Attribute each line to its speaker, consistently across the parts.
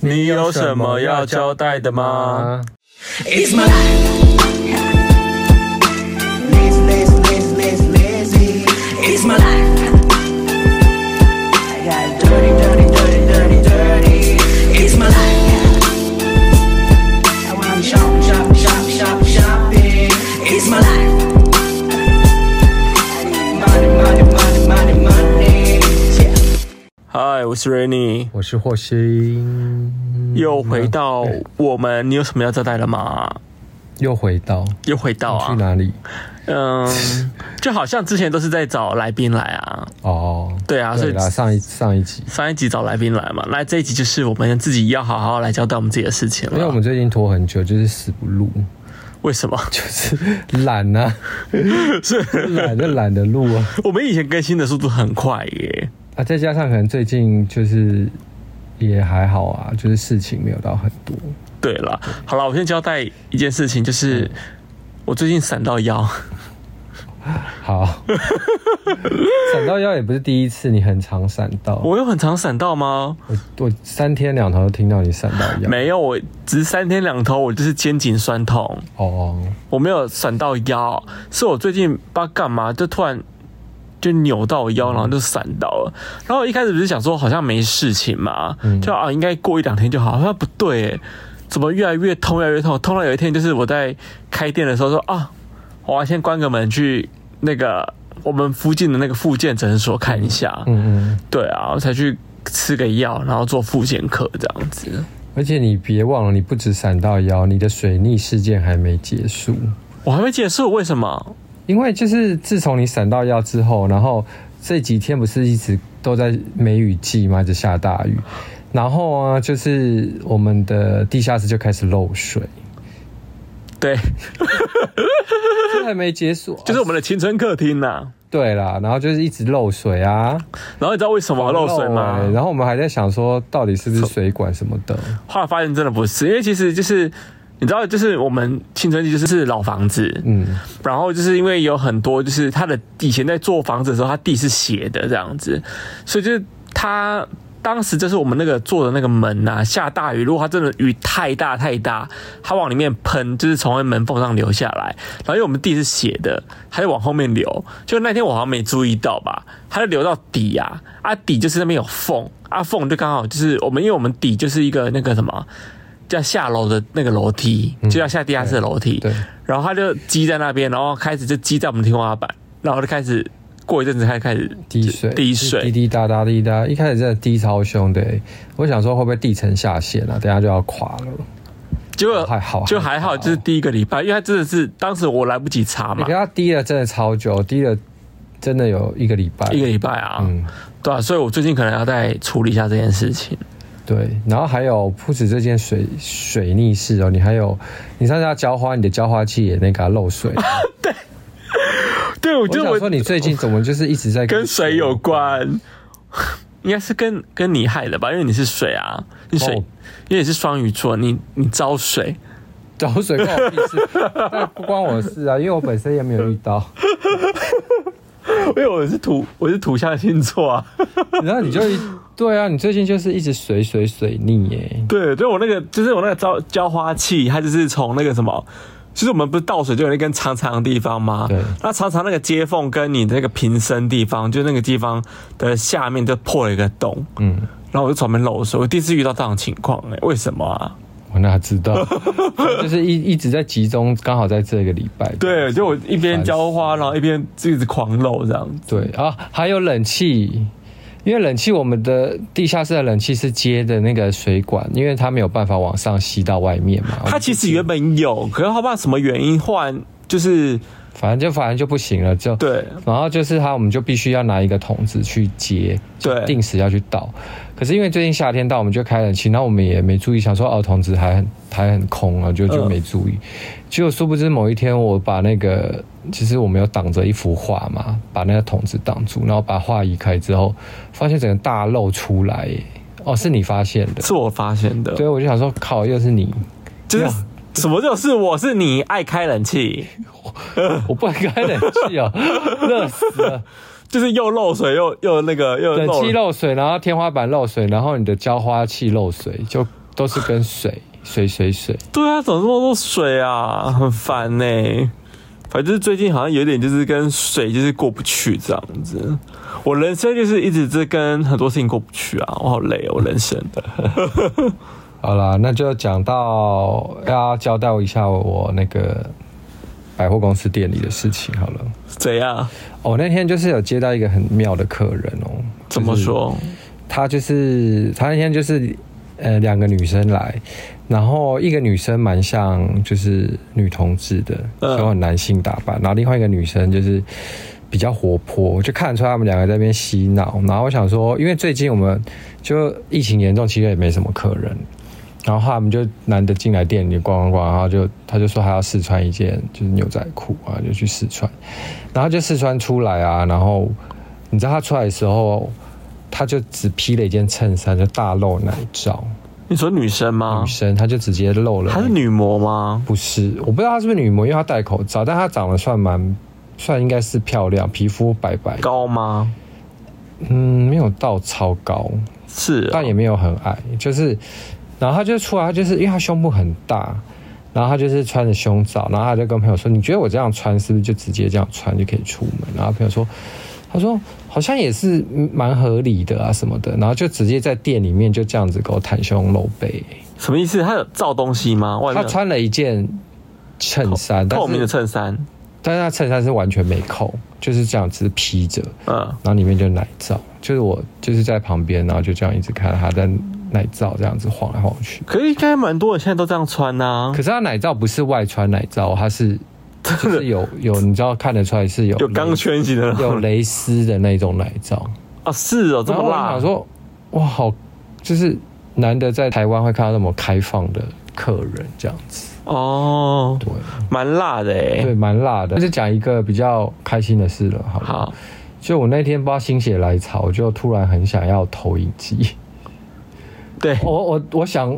Speaker 1: 你有什么要交代的吗？
Speaker 2: It's my life. Lazy, lazy, lazy, lazy, lazy. It's my life. I got dirty, dirty, dirty, dirty, dirty. It's my life. Now I'm shopping, shopping, shopping, shopping, shopping. It's my life. I need money, money, money, money, money. Yeah.
Speaker 1: 嗨，我是 Rainy，
Speaker 3: 我是霍星，
Speaker 1: 又回到我们，你有什么要交代的吗？
Speaker 3: 又回到
Speaker 1: 又回到
Speaker 3: 去
Speaker 1: 啊，
Speaker 3: 哪里？
Speaker 1: 嗯，就好像之前都是在找来宾来啊，
Speaker 3: 哦，
Speaker 1: 对啊，所
Speaker 3: 对
Speaker 1: 以
Speaker 3: 啦，上一上一集，
Speaker 1: 上一集找来宾来嘛，来这一集就是我们自己要好好来交代我们自己的事情
Speaker 3: 因为我
Speaker 1: 了。
Speaker 3: 们最近拖很久，就是死不录，
Speaker 1: 为什么？
Speaker 3: 就是懒啊，懒就懒得录啊，
Speaker 1: 我们以前更新的速度很快耶，
Speaker 3: 啊，再加上可能最近就是也还好啊，就是事情没有到很多，
Speaker 1: 对了，好了，我先交代一件事情，就是我最近闪到腰，
Speaker 3: 好， 闪到腰也不是第一次，你很常闪到，我
Speaker 1: 我有很常闪到吗？
Speaker 3: 我三天两头都听到你闪到腰，
Speaker 1: 没有，我只是三天两头我就是肩颈酸痛，
Speaker 3: 哦，
Speaker 1: 我没有闪到腰，是我最近不知道干嘛就突然就扭到我腰，然后就闪到了。然后我一开始不是想说好像没事情嘛，
Speaker 3: 嗯
Speaker 1: 就啊应该过一两天就好，好像不对耶，怎么越来越痛越来越痛，痛到有一天就是我在开店的时候说啊，我要先关个门去那个我们附近的那个复健诊所看一下，
Speaker 3: 嗯嗯。
Speaker 1: 对啊，我才去吃个药，然后做复健科这样子。
Speaker 3: 而且你别忘了，你不止闪到腰，你的水逆事件还没结束。
Speaker 1: 我还没结束，为什么？
Speaker 3: 因为就是自从你闪到腰之后，然后这几天不是一直都在梅雨季嘛，一直下大雨，然后啊，就是我们的地下室就开始漏水，
Speaker 1: 对，
Speaker 3: 这还没结束，
Speaker 1: 就是我
Speaker 3: 啊
Speaker 1: 们的青春客厅呐、
Speaker 3: 对啦，然后就是一直漏水啊，
Speaker 1: 然后你知道为什么哦漏水吗？
Speaker 3: 欸然后我们还在想说，到底是不是水管什么的？
Speaker 1: 后来发现真的不是，因为其实就是你知道，就是我们青春期就是是老房子，
Speaker 3: 嗯，
Speaker 1: 然后就是因为有很多就是他的以前在做房子的时候，他地是斜的这样子，所以就是他。当时就是我们那个做的那个门呐、下大雨，如果它真的雨太大太大，它往里面喷，就是从那门缝上流下来。然后因为我们地是斜的，它就往后面流。就那天我好像没注意到吧，它就流到底啊，啊底就是那边有缝，啊缝就刚好就是我们，因为我们底就是一个那个什么叫下楼的那个楼梯，就要下地下室的楼梯。
Speaker 3: 对，
Speaker 1: 然后他就积在那边，然后开始就积在我们天花板，然后就开始过一阵子，开始开始
Speaker 3: 滴水，
Speaker 1: 滴
Speaker 3: 滴
Speaker 1: 水。
Speaker 3: 滴答答滴答，一开始真的滴超凶的欸、我想说会不会地层下陷啊？等一下就要垮了。
Speaker 1: 结果
Speaker 3: 还好
Speaker 1: 就哦还
Speaker 3: 还
Speaker 1: 好，
Speaker 3: 好
Speaker 1: 就是第一个礼拜，因为他真的是当时我来哎不及查
Speaker 3: 你
Speaker 1: 嘛
Speaker 3: 给，它滴了真的超久，滴了真的有一个礼拜。
Speaker 1: 一个礼拜啊，
Speaker 3: 嗯，
Speaker 1: 对啊，所以我最近可能要再处理一下这件事情。
Speaker 3: 对。然后还有不止这件水水逆事哦，你还有你上次要浇花，你的浇花器也那个啊漏水。
Speaker 1: 对，我
Speaker 3: 我
Speaker 1: 觉得
Speaker 3: 想说
Speaker 1: 我
Speaker 3: 你最近怎么就是一直在
Speaker 1: 跟水 有？关， 应该是跟跟你害的吧，因为你是水啊，你水，
Speaker 3: 哦
Speaker 1: 因为你是双鱼座，你你招 水。
Speaker 3: 找水关我屁事，但不关我事啊，因为我本身也没有遇到。
Speaker 1: 因为我是土，我是土象星座啊。
Speaker 3: 然后你就一对啊，你最近就是一直水水水逆欸耶、
Speaker 1: 对，就我那个，就是我那个浇浇花器，它就是从那个什么，就是我们不是倒水就有那根长长的地方吗？
Speaker 3: 对
Speaker 1: 那常常那个接缝跟你那个瓶身地方，就那个地方的下面就破了一个洞，
Speaker 3: 嗯，
Speaker 1: 然后我就从那边漏水。我第一次遇到这种情况、欸，为什么啊？
Speaker 3: 我哪知 道？就是一一直在集中，刚好在这个礼拜。
Speaker 1: 对，就我一边浇花，然后一边就一直狂漏这样子。
Speaker 3: 对啊，还有冷气，因为冷气我们的地下室的冷气是接的那个水管，因为它没有办法往上吸到外面嘛。
Speaker 1: 它其实原本有，可是它不知道什么原因，忽然就是
Speaker 3: 反正就反正就不行了，就。
Speaker 1: 对
Speaker 3: 然后就是它，我们就必须要拿一个桶子去接，
Speaker 1: 对
Speaker 3: 定时要去倒。可是因为最近夏天到，我们就开冷气，那我们也没注意，想说哦，桶子还很还很空啊，就就
Speaker 1: 嗯
Speaker 3: 没注意。结果殊不知某一天，我把那个其实我们有挡着一幅画嘛，把那个桶子挡住，然后把画移开之后，发现整个大漏出来耶。哦，是你发现的？
Speaker 1: 嗯是我发现的，
Speaker 3: 对，我就想说，靠，又是你，
Speaker 1: 就是
Speaker 3: 没
Speaker 1: 什么就是我是你爱开冷气。
Speaker 3: 我不该开冷气哦， 热死了。
Speaker 1: 就是又漏水又又那个又
Speaker 3: 冷
Speaker 1: 漏
Speaker 3: 气漏水，然后天花板漏水，然后你的浇花器漏水，就都是跟水 水水水，
Speaker 1: 对啊，怎么这么多水啊？很烦呢、反正就是最近好像有点就是跟水就是过不去这样子。我人生就是一直在跟很多事情过不去啊，我好累哦，我人生。
Speaker 3: 好啦，那就讲到要交代一下我那个百货公司店里的事情好了。
Speaker 1: 怎样？
Speaker 3: 哦，那天就是有接到一个很妙的客人哦，
Speaker 1: 怎么
Speaker 3: 就是
Speaker 1: 说？
Speaker 3: 她就是她那天就是呃两个女生来，然后一个女生蛮像就是女同志的，
Speaker 1: 嗯
Speaker 3: 所以很男性打扮，然后另外一个女生就是。比较活泼，我就看得出他们两个在那边嬉闹。然后我想说，因为最近我们就疫情严重，其实也没什么客人。然后他们就难得进来店里逛逛逛，然后就他就说他要试穿一件就是牛仔裤啊，就去试穿，然后就试穿出来啊，然后你知道他出来的时候，他就只披了一件衬衫，就大露奶罩，
Speaker 1: 你说女生吗
Speaker 3: 女？生她就直接露了，
Speaker 1: 她啊是女模吗？
Speaker 3: 不是，我不知道她是不是女模，因为她戴口罩，但她长得算蛮算应该是漂亮，皮肤白白，
Speaker 1: 高吗？
Speaker 3: 嗯，没有到超高，
Speaker 1: 是、啊
Speaker 3: 但，也没有很矮，就是，然后他就出来，他就是因为他胸部很大，然后他就是穿着胸罩，然后他就跟朋友说：“你觉得我这样穿是不是就直接这样穿就可以出门？”然后朋友说：“他说好像也是嗯蛮合理的啊什么的。”然后就直接在店里面就这样子给我袒胸露背。
Speaker 1: 什么意思？她有照东西吗？外
Speaker 3: 他
Speaker 1: 面
Speaker 3: 穿了一件衬衫，但
Speaker 1: 透明的
Speaker 3: 是
Speaker 1: 衬衫，
Speaker 3: 但是他衬衫是完全没扣，就是这样子披着。
Speaker 1: 嗯，
Speaker 3: 然后里面就奶罩，就是我就是在旁边，然后就这样一直看他在奶罩这样子晃来晃去。
Speaker 1: 可是应该蛮多人现在都这样穿啊呐、
Speaker 3: 可是他奶罩不是外穿奶罩，它是就是 有有你知道看得出来是有
Speaker 1: 有
Speaker 3: 蕾
Speaker 1: 钢圈型的那
Speaker 3: 有
Speaker 1: 种
Speaker 3: 蕾丝的那种奶 罩。
Speaker 1: 啊，是哦，这
Speaker 3: 然后
Speaker 1: 么
Speaker 3: 我
Speaker 1: 辣
Speaker 3: 想，说，哇，好，就是难得在台湾会看到那么开放的客人这样子，
Speaker 1: 哦，
Speaker 3: 对
Speaker 1: 蛮辣的哎、
Speaker 3: 对，蛮辣的。就是讲一个比较开心的事了，好了。
Speaker 1: 好，
Speaker 3: 就我那天不知道心血来潮，我就突然很想要投影机。
Speaker 1: 对，
Speaker 3: 我我我想，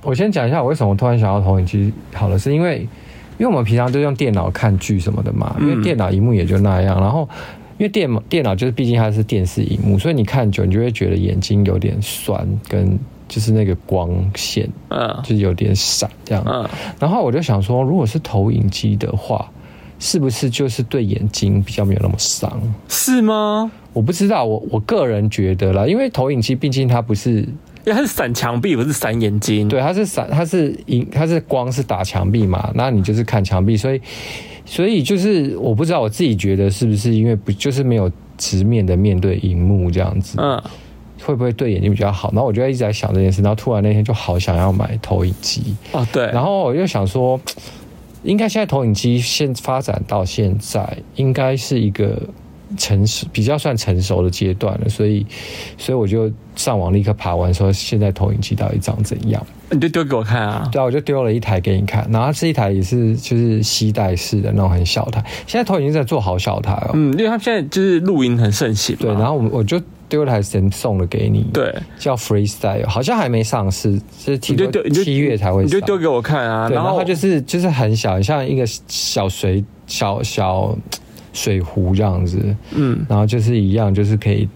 Speaker 3: 我先讲一下我为什么突然想要投影机好了，是因为因为我们平常都用电脑看剧什么的嘛，因为电脑荧幕也就那样，然后。因为电脑电脑就是毕竟它是电视荧幕，所以你看久你就会觉得眼睛有点酸，跟就是那个光线
Speaker 1: 嗯
Speaker 3: 就是有点闪这样。
Speaker 1: 嗯，
Speaker 3: 然后我就想说，如果是投影机的话，是不是就是对眼睛比较没有那么伤？
Speaker 1: 是吗？
Speaker 3: 我不知道，我我个人觉得啦，因为投影机毕竟它不是
Speaker 1: 因为它是闪墙壁，不是闪眼睛。，
Speaker 3: 对，它是闪，它是影，它是光是打墙壁嘛，那你就是看墙壁，所以所以就是我不知道我自己觉得是不是因为不就是没有直面的面对荧幕这样子，
Speaker 1: 嗯，
Speaker 3: 会不会对眼睛比较好？然后我就一直在想这件事，然后突然那天就好想要买投影机，
Speaker 1: 哦对，
Speaker 3: 然后我又想说，应该现在投影机现发展到现在，应该是一个成熟比较算成熟的阶段了，所以所以我就上网立刻爬完说现在投影机到底长怎样。
Speaker 1: 你就丢给我看啊。
Speaker 3: 对啊，我就丢了一台给你看，然后这一台也是就是吸带式的那种很小台，现在投影机在做好小台哦。
Speaker 1: 嗯，因为他们现在就是露营很盛行嘛。
Speaker 3: 对，然后我我就丢了台神送了给你，，
Speaker 1: 对，
Speaker 3: 叫 Freestyle，好像还没上市，就是
Speaker 1: 你
Speaker 3: 听
Speaker 1: 就
Speaker 3: 说
Speaker 1: 丢，你就
Speaker 3: 七月才会上，
Speaker 1: 你就丢给我看啊。
Speaker 3: 对，然后
Speaker 1: 后
Speaker 3: 它就是就是很小，像一个小水小小水壶这样子，
Speaker 1: 嗯，
Speaker 3: 然后就是一样，就是可以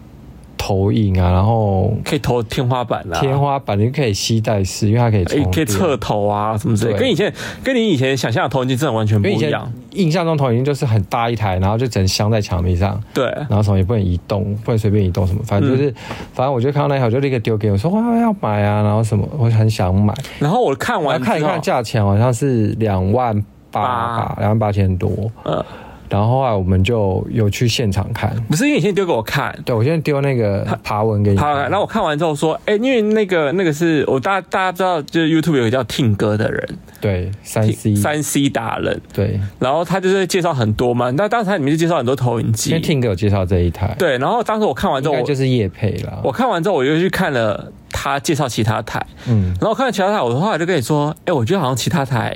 Speaker 3: 投影啊，然后
Speaker 1: 可以投天花板啦，
Speaker 3: 天花板就可以吸带式，因为它可以
Speaker 1: 哎，
Speaker 3: 充
Speaker 1: 可以
Speaker 3: 电。
Speaker 1: 侧头啊什么之类，
Speaker 3: 对
Speaker 1: 跟以前跟你以前想象的投影机真的完全不
Speaker 3: 因为以
Speaker 1: 一
Speaker 3: 前
Speaker 1: 样。
Speaker 3: 印象中投影机就是很大一台，然后就整镶在墙壁上，
Speaker 1: 对，
Speaker 3: 然后什么也不能移动，不能随便移动什么，反正
Speaker 1: 嗯
Speaker 3: 就是，反正我就看到那一台，我就立刻丢给我说哇要买啊，然后什么我很想买，
Speaker 1: 然后我看
Speaker 3: 我
Speaker 1: 完
Speaker 3: 看一
Speaker 1: 之后
Speaker 3: 看，价钱好像是两万八
Speaker 1: 八，
Speaker 3: 两万八千多，
Speaker 1: 呃，
Speaker 3: 然后后来我们就有去现场看，
Speaker 1: 不是因为你先丢给我看。
Speaker 3: 对我现在丢那个爬文给你
Speaker 1: 好，
Speaker 3: 看，
Speaker 1: 然后我看完之后说，哎、因为那个那个是我大大家知道，就是 YouTube 有个叫听歌的人，
Speaker 3: 对三 C
Speaker 1: 三 C 达人，
Speaker 3: 对，
Speaker 1: 然后他就是介绍很多嘛，那当时他里面就介绍很多投影
Speaker 3: 因为
Speaker 1: 机，
Speaker 3: 听哥有介绍这一台，，
Speaker 1: 对，然后当时我看完之
Speaker 3: 应
Speaker 1: 后，
Speaker 3: 该
Speaker 1: 我
Speaker 3: 就是叶配啦，
Speaker 1: 我看完之后我又去看了他介绍其他台，
Speaker 3: 嗯，
Speaker 1: 然后看了其他台，我后来就跟你说，哎、我觉得好像其他台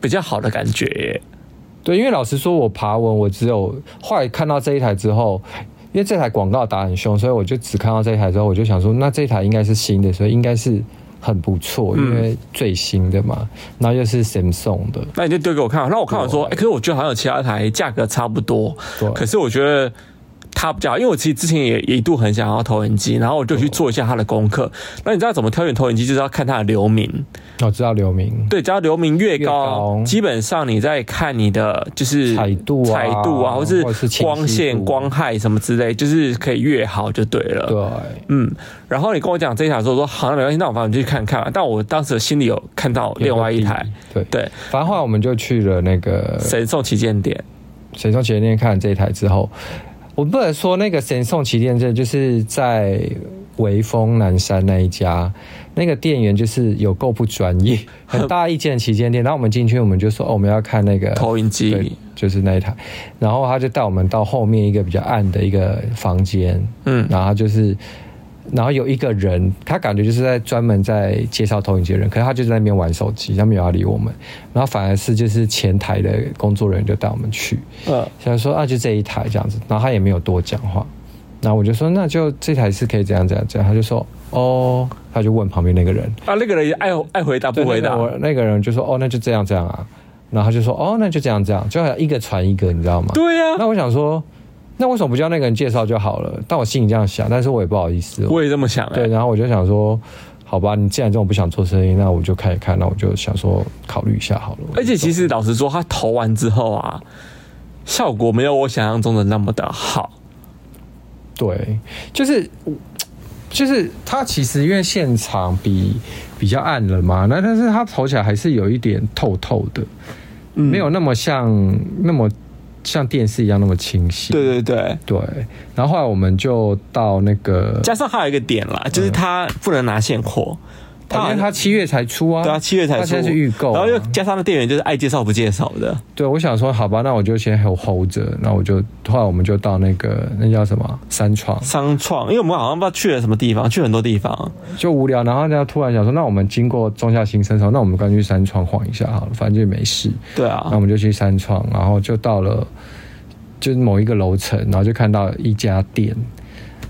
Speaker 1: 比较好的感觉耶，
Speaker 3: 对，因为老实说，我爬文我只有后来看到这一台之后，因为这台广告打很凶，所以我就只看到这一台之后，我就想说，那这一台应该是新的，所以应该是很不错，因
Speaker 1: 嗯
Speaker 3: 为最新的嘛，然后又是 Samsung 的，
Speaker 1: 那你就
Speaker 3: 哦
Speaker 1: 丢给我看，然后我看完说，哎、
Speaker 3: 对
Speaker 1: 可是我觉得好像有其他台价格差不多
Speaker 3: 对，
Speaker 1: 可是我觉得。它比较好，因为我其实之前也也一度很想要投影机，然后我就去做一下它的功课。那你知道怎么挑选投影机，就是要看它的流明。
Speaker 3: 我知道流明，
Speaker 1: 对，只要流明越高，
Speaker 3: 越高
Speaker 1: 基本上你在看你的就是
Speaker 3: 彩度啊
Speaker 1: 彩度啊，或是
Speaker 3: 或者是清晰
Speaker 1: 光线、
Speaker 3: 度
Speaker 1: 光害什么之类，就是可以越好就对了。
Speaker 3: 对，
Speaker 1: 嗯，然后你跟我讲这一台的时候，我说好，那没关系，那我反正就去看看吧。但我当时心里有看到另外一台，
Speaker 3: 对，
Speaker 1: 对，
Speaker 3: 反正后来我们就去了那个
Speaker 1: 神送旗舰店，
Speaker 3: 神送旗舰店看了这一台之后，我不能说那个神送旗舰店就是在微风南山那一家，那个店员就是有够不专业， 很大一间旗舰店。然后我们进去，我们就说哦，我们要看那个
Speaker 1: 投影机
Speaker 3: 对，就是那一台。然后他就带我们到后面一个比较暗的一个房间，
Speaker 1: 嗯
Speaker 3: 然后他就是。然后有一个人，他感觉就是在专门在介绍投影机的人，可是他就在那边玩手机，他没有要理我们。然后反而是就是前台的工作人员就带我们去，
Speaker 1: 呃，
Speaker 3: 想说啊，就这一台这样子，然后他也没有多讲话，然后我就说那就这台是可以怎样怎样怎样，他就说哦，他就问旁边那个人，
Speaker 1: 啊，那个人也爱爱回答不回答
Speaker 3: 对那，个我那个人就说哦，那就这样这样啊，然后他就说哦，那就这样这样，就好像一个传一个，你知道吗？
Speaker 1: 对啊呀、
Speaker 3: 那我想说，那为什么不叫那个人介绍就好了？但我心里这样想，但是我也不好意思，
Speaker 1: 我也这么想、
Speaker 3: 对，
Speaker 1: 欸，
Speaker 3: 然后我就想说。好吧，你既然这种不想做生意，那我就看一看，那我就想说考虑一下好了。
Speaker 1: 而且其实老实说，他投完之后啊，效果没有我想象中的那么的好。
Speaker 3: 对，就是就是它其实因为现场比比较暗了嘛，那但是它投起来还是有一点透透的，
Speaker 1: 嗯
Speaker 3: 没有那么像那么像电视一样那么清晰。
Speaker 1: 对对对，
Speaker 3: 对然后后来我们就到那个，
Speaker 1: 加上还有一个点啦，就是他不能拿现货，
Speaker 3: 哦因为它七月才出啊，
Speaker 1: 对啊，七月才
Speaker 3: 它
Speaker 1: 出，
Speaker 3: 现在是预购、
Speaker 1: 然
Speaker 3: 啊，
Speaker 1: 后又加上那店员就是爱介绍不介绍的，
Speaker 3: 对，我想说好吧，那我就先 hold hold 着，那我就后来我们就到那个那叫什么三创，
Speaker 1: 商创，因为我们好像不知道去了什么地方，去很多地方，
Speaker 3: 就无聊，然后呢，突然想说，那我们经过中下新生潮，那我们干脆去山窗晃一下好了，反正就没事。
Speaker 1: 对
Speaker 3: 那
Speaker 1: 啊
Speaker 3: 我，们就去山窗，然后就到了就是某一个楼层，然后就看到一家店，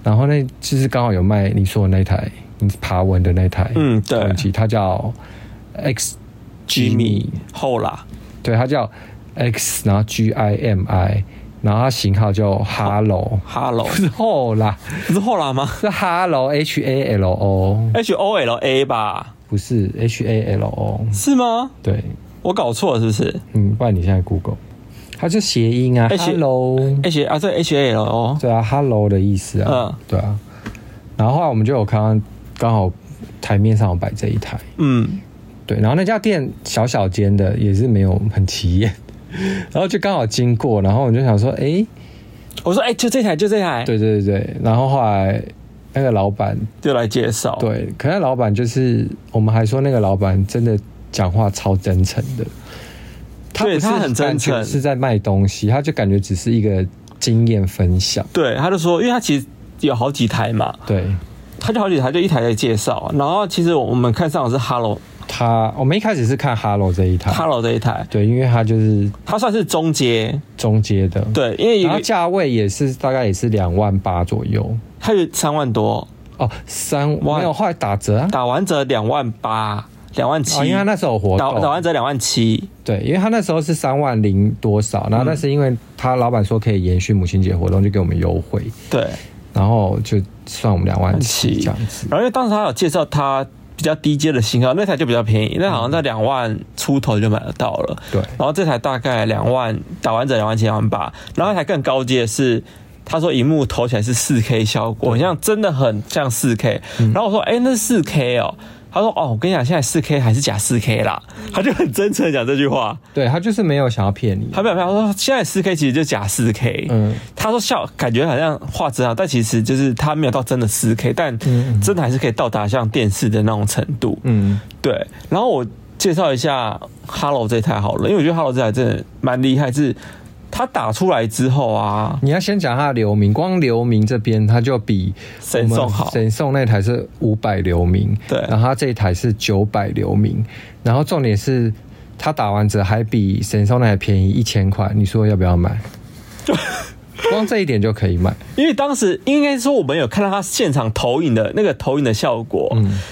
Speaker 3: 然后那就是刚好有卖你说的那台你爬文的那台，
Speaker 1: 嗯对
Speaker 3: 机它叫 X，
Speaker 1: ，Jimmy 后啦，
Speaker 3: 对，它叫 X，然后 G I M I，然后它型号叫 Hello，
Speaker 1: 哈喽，
Speaker 3: 不是后啦，
Speaker 1: 不是后啦吗
Speaker 3: 是 Hello H A L O，
Speaker 1: ？H O L A 吧，
Speaker 3: 不是 H A L O，
Speaker 1: 是吗？
Speaker 3: 对。
Speaker 1: 我搞错了是不是
Speaker 3: 嗯，不然你现在 Google，它就谐音啊
Speaker 1: 哎谐
Speaker 3: ，Hello，
Speaker 1: ？H 啊，这 H A L O，
Speaker 3: 对啊，Hello 的意思啊，
Speaker 1: 嗯
Speaker 3: 对啊。然后后来我们就有看到，刚好台面上有摆这一台，
Speaker 1: 嗯，
Speaker 3: 对。然后那家店小小间的，也是没有很起眼， 然后就刚好经过，然后我就想说，诶，
Speaker 1: 我说哎、就这台，就这台，
Speaker 3: 对对对对。然后后来那个老板，
Speaker 1: 就来介绍，，
Speaker 3: 对，可能老板就是我们还说那个老板真的讲话超真诚的，他
Speaker 1: 对
Speaker 3: 不是
Speaker 1: 他很真
Speaker 3: 感觉
Speaker 1: 诚
Speaker 3: 是在卖东西，他就感觉只是一个经验分享。
Speaker 1: 对，他就说，因为他其实有好几台嘛，
Speaker 3: 对
Speaker 1: 他就好几台，就一台在介绍，然后其实我们看上的是哈喽
Speaker 3: 他，我们一开始是看 Hello 这一台，
Speaker 1: 哈喽这一台，
Speaker 3: 对，因为它就是
Speaker 1: 它算是中阶，
Speaker 3: 中阶的，，
Speaker 1: 对，因为有
Speaker 3: 然后价位也是大概也是两万八左右。
Speaker 1: 它有三万多，
Speaker 3: 哦，三
Speaker 1: 哇
Speaker 3: 没有，后来打折啊，
Speaker 1: 打完折两万八，两万七
Speaker 3: 哦，因为他那时候有活
Speaker 1: 打
Speaker 3: 动，
Speaker 1: 打完折两万七，
Speaker 3: 对，因为他那时候是三万零多少，然后但是因为他老板说可以延续母亲节活动，就给我们优惠，
Speaker 1: 对。
Speaker 3: 然后就算我们两万七
Speaker 1: 七
Speaker 3: 这样子。
Speaker 1: 然后因为当时他有介绍他比较低阶的型号，那台就比较便宜，那好像在两万出头就买得到了。
Speaker 3: 对
Speaker 1: 然后这台大概两万，打完折两万七、两万八。然后那台更高阶的是，他说荧幕投起来是四 K 效果，很像真的很像四 K。然
Speaker 3: 嗯
Speaker 1: 后我说，哎、那是四 K 哦。他说：“哦，我跟你讲，现在四 K 还是假四 K 啦。”他就很真诚地讲这句话，
Speaker 3: 对他就是没有想要骗你，
Speaker 1: 他没有骗我他说现在四 K 其实就假四 K。
Speaker 3: 嗯
Speaker 1: 他说效感觉好像画质啊好，但其实就是它没有到真的四 K，但真的还是可以到达像电视的那种程度。
Speaker 3: 嗯，
Speaker 1: 对，然后我介绍一下 Hello 这台好了，因为我觉得 Hello 这台真的蛮厉害，是它打出来之后啊，
Speaker 3: 你要先讲他的流明，光流明这边他就比
Speaker 1: 神送好
Speaker 3: 我们神送那台是五百流明，
Speaker 1: 对
Speaker 3: 然后他这一台是九百流明，然后重点是 他打完折还比神送那台便宜一千块，你说要不要买？光这一点就可以买。
Speaker 1: 因为当时应该说我们有看到他现场投影的那个投影的效果，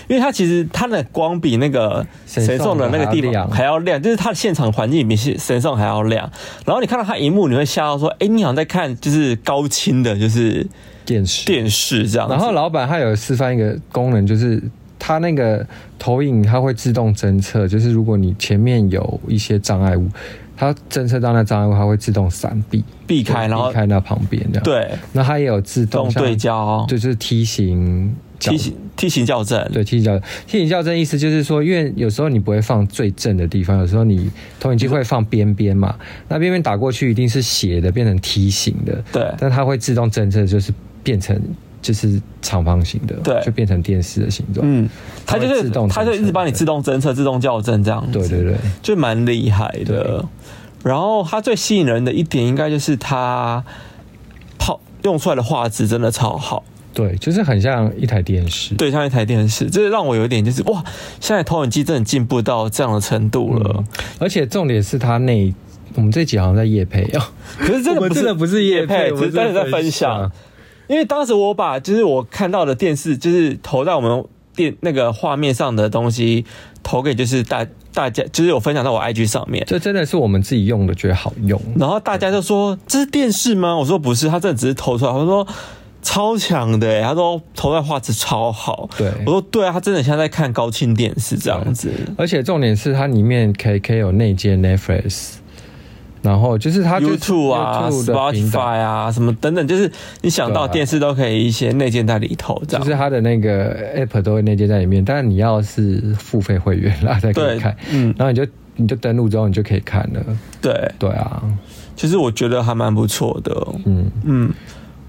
Speaker 1: 因为它其实它的光比那个
Speaker 3: 嗯神
Speaker 1: 神送的那个地
Speaker 3: 还
Speaker 1: 方
Speaker 3: 要亮
Speaker 1: 还要亮，就是它的现场环境比神送还要亮。然后你看到它荧幕，你会吓到说：“哎、你好像在看就是高清的，就是
Speaker 3: 电视，
Speaker 1: 电视这样子。”
Speaker 3: 然后老板他有示范一个功能，就是他那个投影它会自动侦测，就是如果你前面有一些障碍物，它侦测到那障碍物，它会自动闪避，
Speaker 1: 避开
Speaker 3: 就
Speaker 1: 然后
Speaker 3: 避开那旁边这样。，
Speaker 1: 对
Speaker 3: 那它也有自动
Speaker 1: 动
Speaker 3: 像
Speaker 1: 对焦、
Speaker 3: 对，就是梯形角
Speaker 1: 梯形梯形校正，
Speaker 3: 对，梯形校梯形校正意思就是说，因为有时候你不会放最正的地方，有时候你投影机会放边边嘛，那边边打过去一定是斜的，变成梯形的。
Speaker 1: 对
Speaker 3: 但它会自动侦测，就是变成就是长方形的，
Speaker 1: 对
Speaker 3: 就变成电视的形状。
Speaker 1: 嗯，它就
Speaker 3: 它会
Speaker 1: 是
Speaker 3: 自动
Speaker 1: 它就一直帮你自动侦测、自动校正这样子。
Speaker 3: 对对对，
Speaker 1: 就蛮厉害的
Speaker 3: 对。
Speaker 1: 然后它最吸引人的一点，应该就是它泡用出来的画质真的超好，
Speaker 3: 对，就是很像一台电视。
Speaker 1: 对，像一台电视，这让我有一点就是哇，现在投影机真的进步到这样的程度了。
Speaker 3: 嗯，而且重点是它内，我们这集好像在夜配哦、
Speaker 1: 可是真的
Speaker 3: 我
Speaker 1: 不
Speaker 3: 们
Speaker 1: 是
Speaker 3: 真的不是业
Speaker 1: 业
Speaker 3: 配
Speaker 1: 配，
Speaker 3: 我
Speaker 1: 只
Speaker 3: 们
Speaker 1: 是真的在分享
Speaker 3: 分享。
Speaker 1: 因为当时我把就是我看到的电视，就是投在我们电那个画面上的东西，投给就是大大家，就是有分享到我 IG 上面。
Speaker 3: 这真的是我们自己用的，觉得好用。
Speaker 1: 然后大家就说这是电视吗？我说不是，他真的只是投出来。他说超强的、欸，他说投在画质超好。
Speaker 3: 对
Speaker 1: 我说对啊，他真的像在看高清电视这样子。
Speaker 3: 而且重点是它里面可以可以有内建 Netflix，然后就是它就是
Speaker 1: YouTube 啊
Speaker 3: YouTube 的频道，
Speaker 1: ，Spotify 啊，什么等等，就是你想到
Speaker 3: 对啊
Speaker 1: 电视都可以一些内建在里头这
Speaker 3: 就
Speaker 1: 样。
Speaker 3: 是它的那个 App 都会内建在里面，但你要是付费会员啦 才可以
Speaker 1: 对
Speaker 3: 看，，
Speaker 1: 嗯，
Speaker 3: 然后你就你就登录之后你就可以看了，
Speaker 1: 对，
Speaker 3: 对啊，
Speaker 1: 其实我觉得还蛮不错的。
Speaker 3: 嗯，
Speaker 1: 嗯，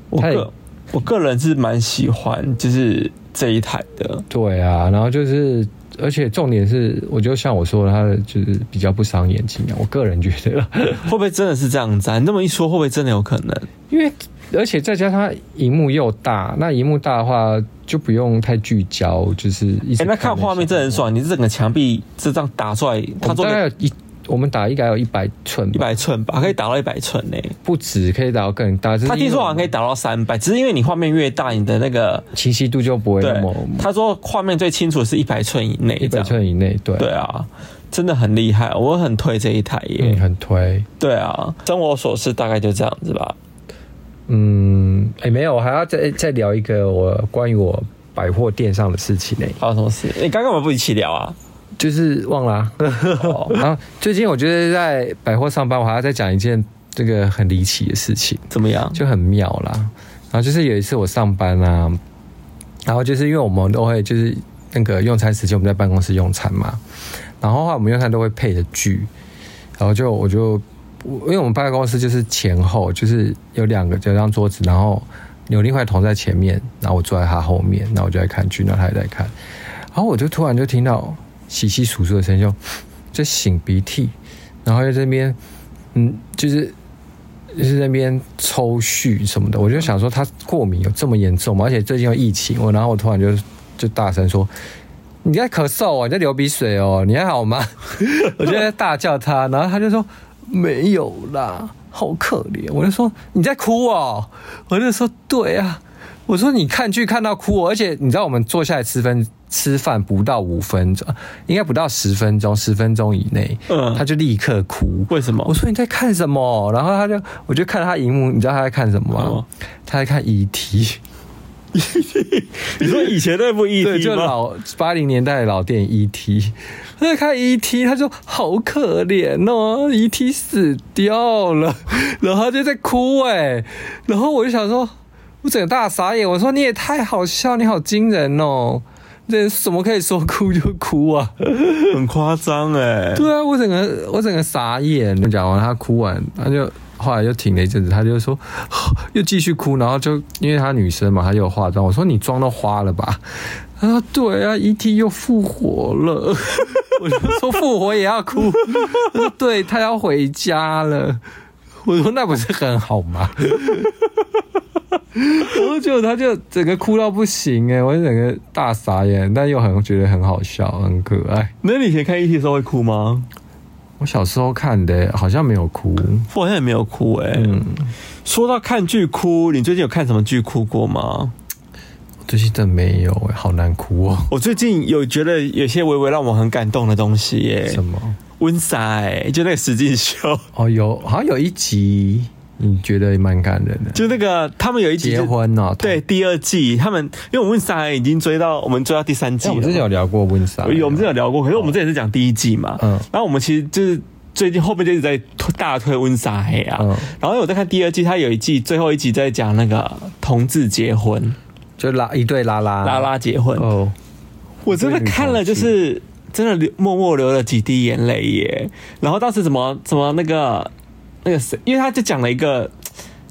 Speaker 1: 我
Speaker 3: 它也
Speaker 1: 个我个人是蛮喜欢就是这一台的。
Speaker 3: 对啊，然后就是。而且重点是，我就像我说的，它的就是比较不伤眼睛啊。我个人觉得啦，
Speaker 1: 会不会真的是这样子啊？你那么一说，会不会真的有可能？
Speaker 3: 因为而且再加上它荧幕又大，那荧幕大的话就不用太聚焦，就是一直
Speaker 1: 哎、那看
Speaker 3: 那
Speaker 1: 画面真的很爽，你整个墙壁这张打出来，
Speaker 3: 我
Speaker 1: 它
Speaker 3: 们
Speaker 1: 做
Speaker 3: 大概
Speaker 1: 一
Speaker 3: 有一，我们打应该有一百寸吧，
Speaker 1: 百寸吧，可以打到一百寸呢。
Speaker 3: 不止，可以打到更大。
Speaker 1: 他听说好像可以
Speaker 3: 以
Speaker 1: 打到三百，只是因为你画面越大，你的那个
Speaker 3: 清晰度就不会那
Speaker 1: 对
Speaker 3: 么，
Speaker 1: 他说画面最清楚是一百寸以内，
Speaker 3: 一
Speaker 1: 这
Speaker 3: 百
Speaker 1: 样
Speaker 3: 寸以内，对，
Speaker 1: 对啊，真的很厉害，我很推这一台耶。
Speaker 3: 嗯，很推。
Speaker 1: 对啊，生活琐事大概就这样子吧。
Speaker 3: 嗯，哎、没有，我还要再再聊一个我关于我百货店上的事情呢、
Speaker 1: 还有什么事？你刚刚我们不一起聊啊？
Speaker 3: 就是忘 了、啊。
Speaker 1: 哦，
Speaker 3: 然后最近我觉得在百货上班，我还要再讲一件这个很离奇的事情。
Speaker 1: 怎么样？
Speaker 3: 就很妙啦。然后就是有一次我上班啊，然后就是因为我们都会就是那个用餐时间我们在办公室用餐嘛，然后的话我们用餐都会配着剧，然后就我就我因为我们办公室就是前后就是有两个有张桌子，然后有另外一同在前面，然后我坐在他后面，然后我就在看剧，然后他也在看，然后我就突然就听到洗洗簌簌的声音，就就擤鼻涕，然后在这边嗯就是。就是那边抽搐什么的，我就想说他过敏有这么严重吗？而且最近又疫情，我然后我突然就就大声说：“你在咳嗽哦，你在流鼻水哦，你还好吗？” 我就在大叫他，然后他就说：“没有啦，好可怜。”我就说：“你在哭哦。”我就说：“对啊。”我说：“你看剧看到哭、哦，而且你知道我们坐下来吃分吃饭不到五分钟，应该不到十分钟，十分钟以内，
Speaker 1: 嗯
Speaker 3: 他就立刻哭。
Speaker 1: 为什么
Speaker 3: 我？说你在看什么？然后他就，我就看他荧幕，你知道他在看什么吗？
Speaker 1: 什么 E
Speaker 3: 他在看 E E.T.，
Speaker 1: 你说以前那部 E
Speaker 3: 对，就
Speaker 1: T 吗？
Speaker 3: 老八零年代的老电影 E.T.，他在看 E.T.，他就好可怜哦，E.T. 死掉了，然后他就在哭哎、然后我就想说，我整个大傻眼，我说你也太好笑，你好惊人哦，这怎么可以说哭就哭啊？
Speaker 1: 很夸张哎。
Speaker 3: 对啊，我整个我整个傻眼。讲完他哭完，他就后来又停了一阵子，他就说 又继续哭，然后就因为她女生嘛，她又有化妆。我说你妆都花了吧？他说对啊，E.T. 又复活了。 我就说复活也要哭，他说对他要回家了。我说那不是很好吗？ 然后就他就整个哭到不行哎、我就整个大傻眼，但又很觉得很好笑，很可爱。
Speaker 1: 那你以前看 E T 的时候会哭吗？
Speaker 3: 我小时候看的，好像没有哭。
Speaker 1: 我好像也没有哭哎、
Speaker 3: 嗯，
Speaker 1: 说到看剧哭，你最近有看什么剧哭过吗？
Speaker 3: 最近真的没有、欸，好难哭哦。
Speaker 1: 我最近有觉得有些微微让我很感动的东西耶、
Speaker 3: 什么？
Speaker 1: 温莎哎，就那个实境秀，
Speaker 3: 哦，有，好像有一集，你觉得蛮感人的，
Speaker 1: 就那个他们有一集
Speaker 3: 结
Speaker 1: 就
Speaker 3: 婚哦。
Speaker 1: 对，第二季，他们因为我们三已经追到我们追到第三季
Speaker 3: 哎，
Speaker 1: 了
Speaker 3: 我
Speaker 1: 嘛，
Speaker 3: 们之前有聊过温莎，
Speaker 1: 有我们之前有聊过，可是我们之前是讲第一季嘛，
Speaker 3: 嗯
Speaker 1: 然后我们其实就是最近后面就一直在推大推温莎黑啊，
Speaker 3: 嗯
Speaker 1: 然后我在看第二季，它有一季最后一集在讲那个同志结婚，
Speaker 3: 就拉一对拉拉
Speaker 1: 拉拉结婚，
Speaker 3: 哦，
Speaker 1: 我真的看了就是真的流默默流了几滴眼泪耶，然后当时怎么怎么那个那个谁，因为他就讲了一个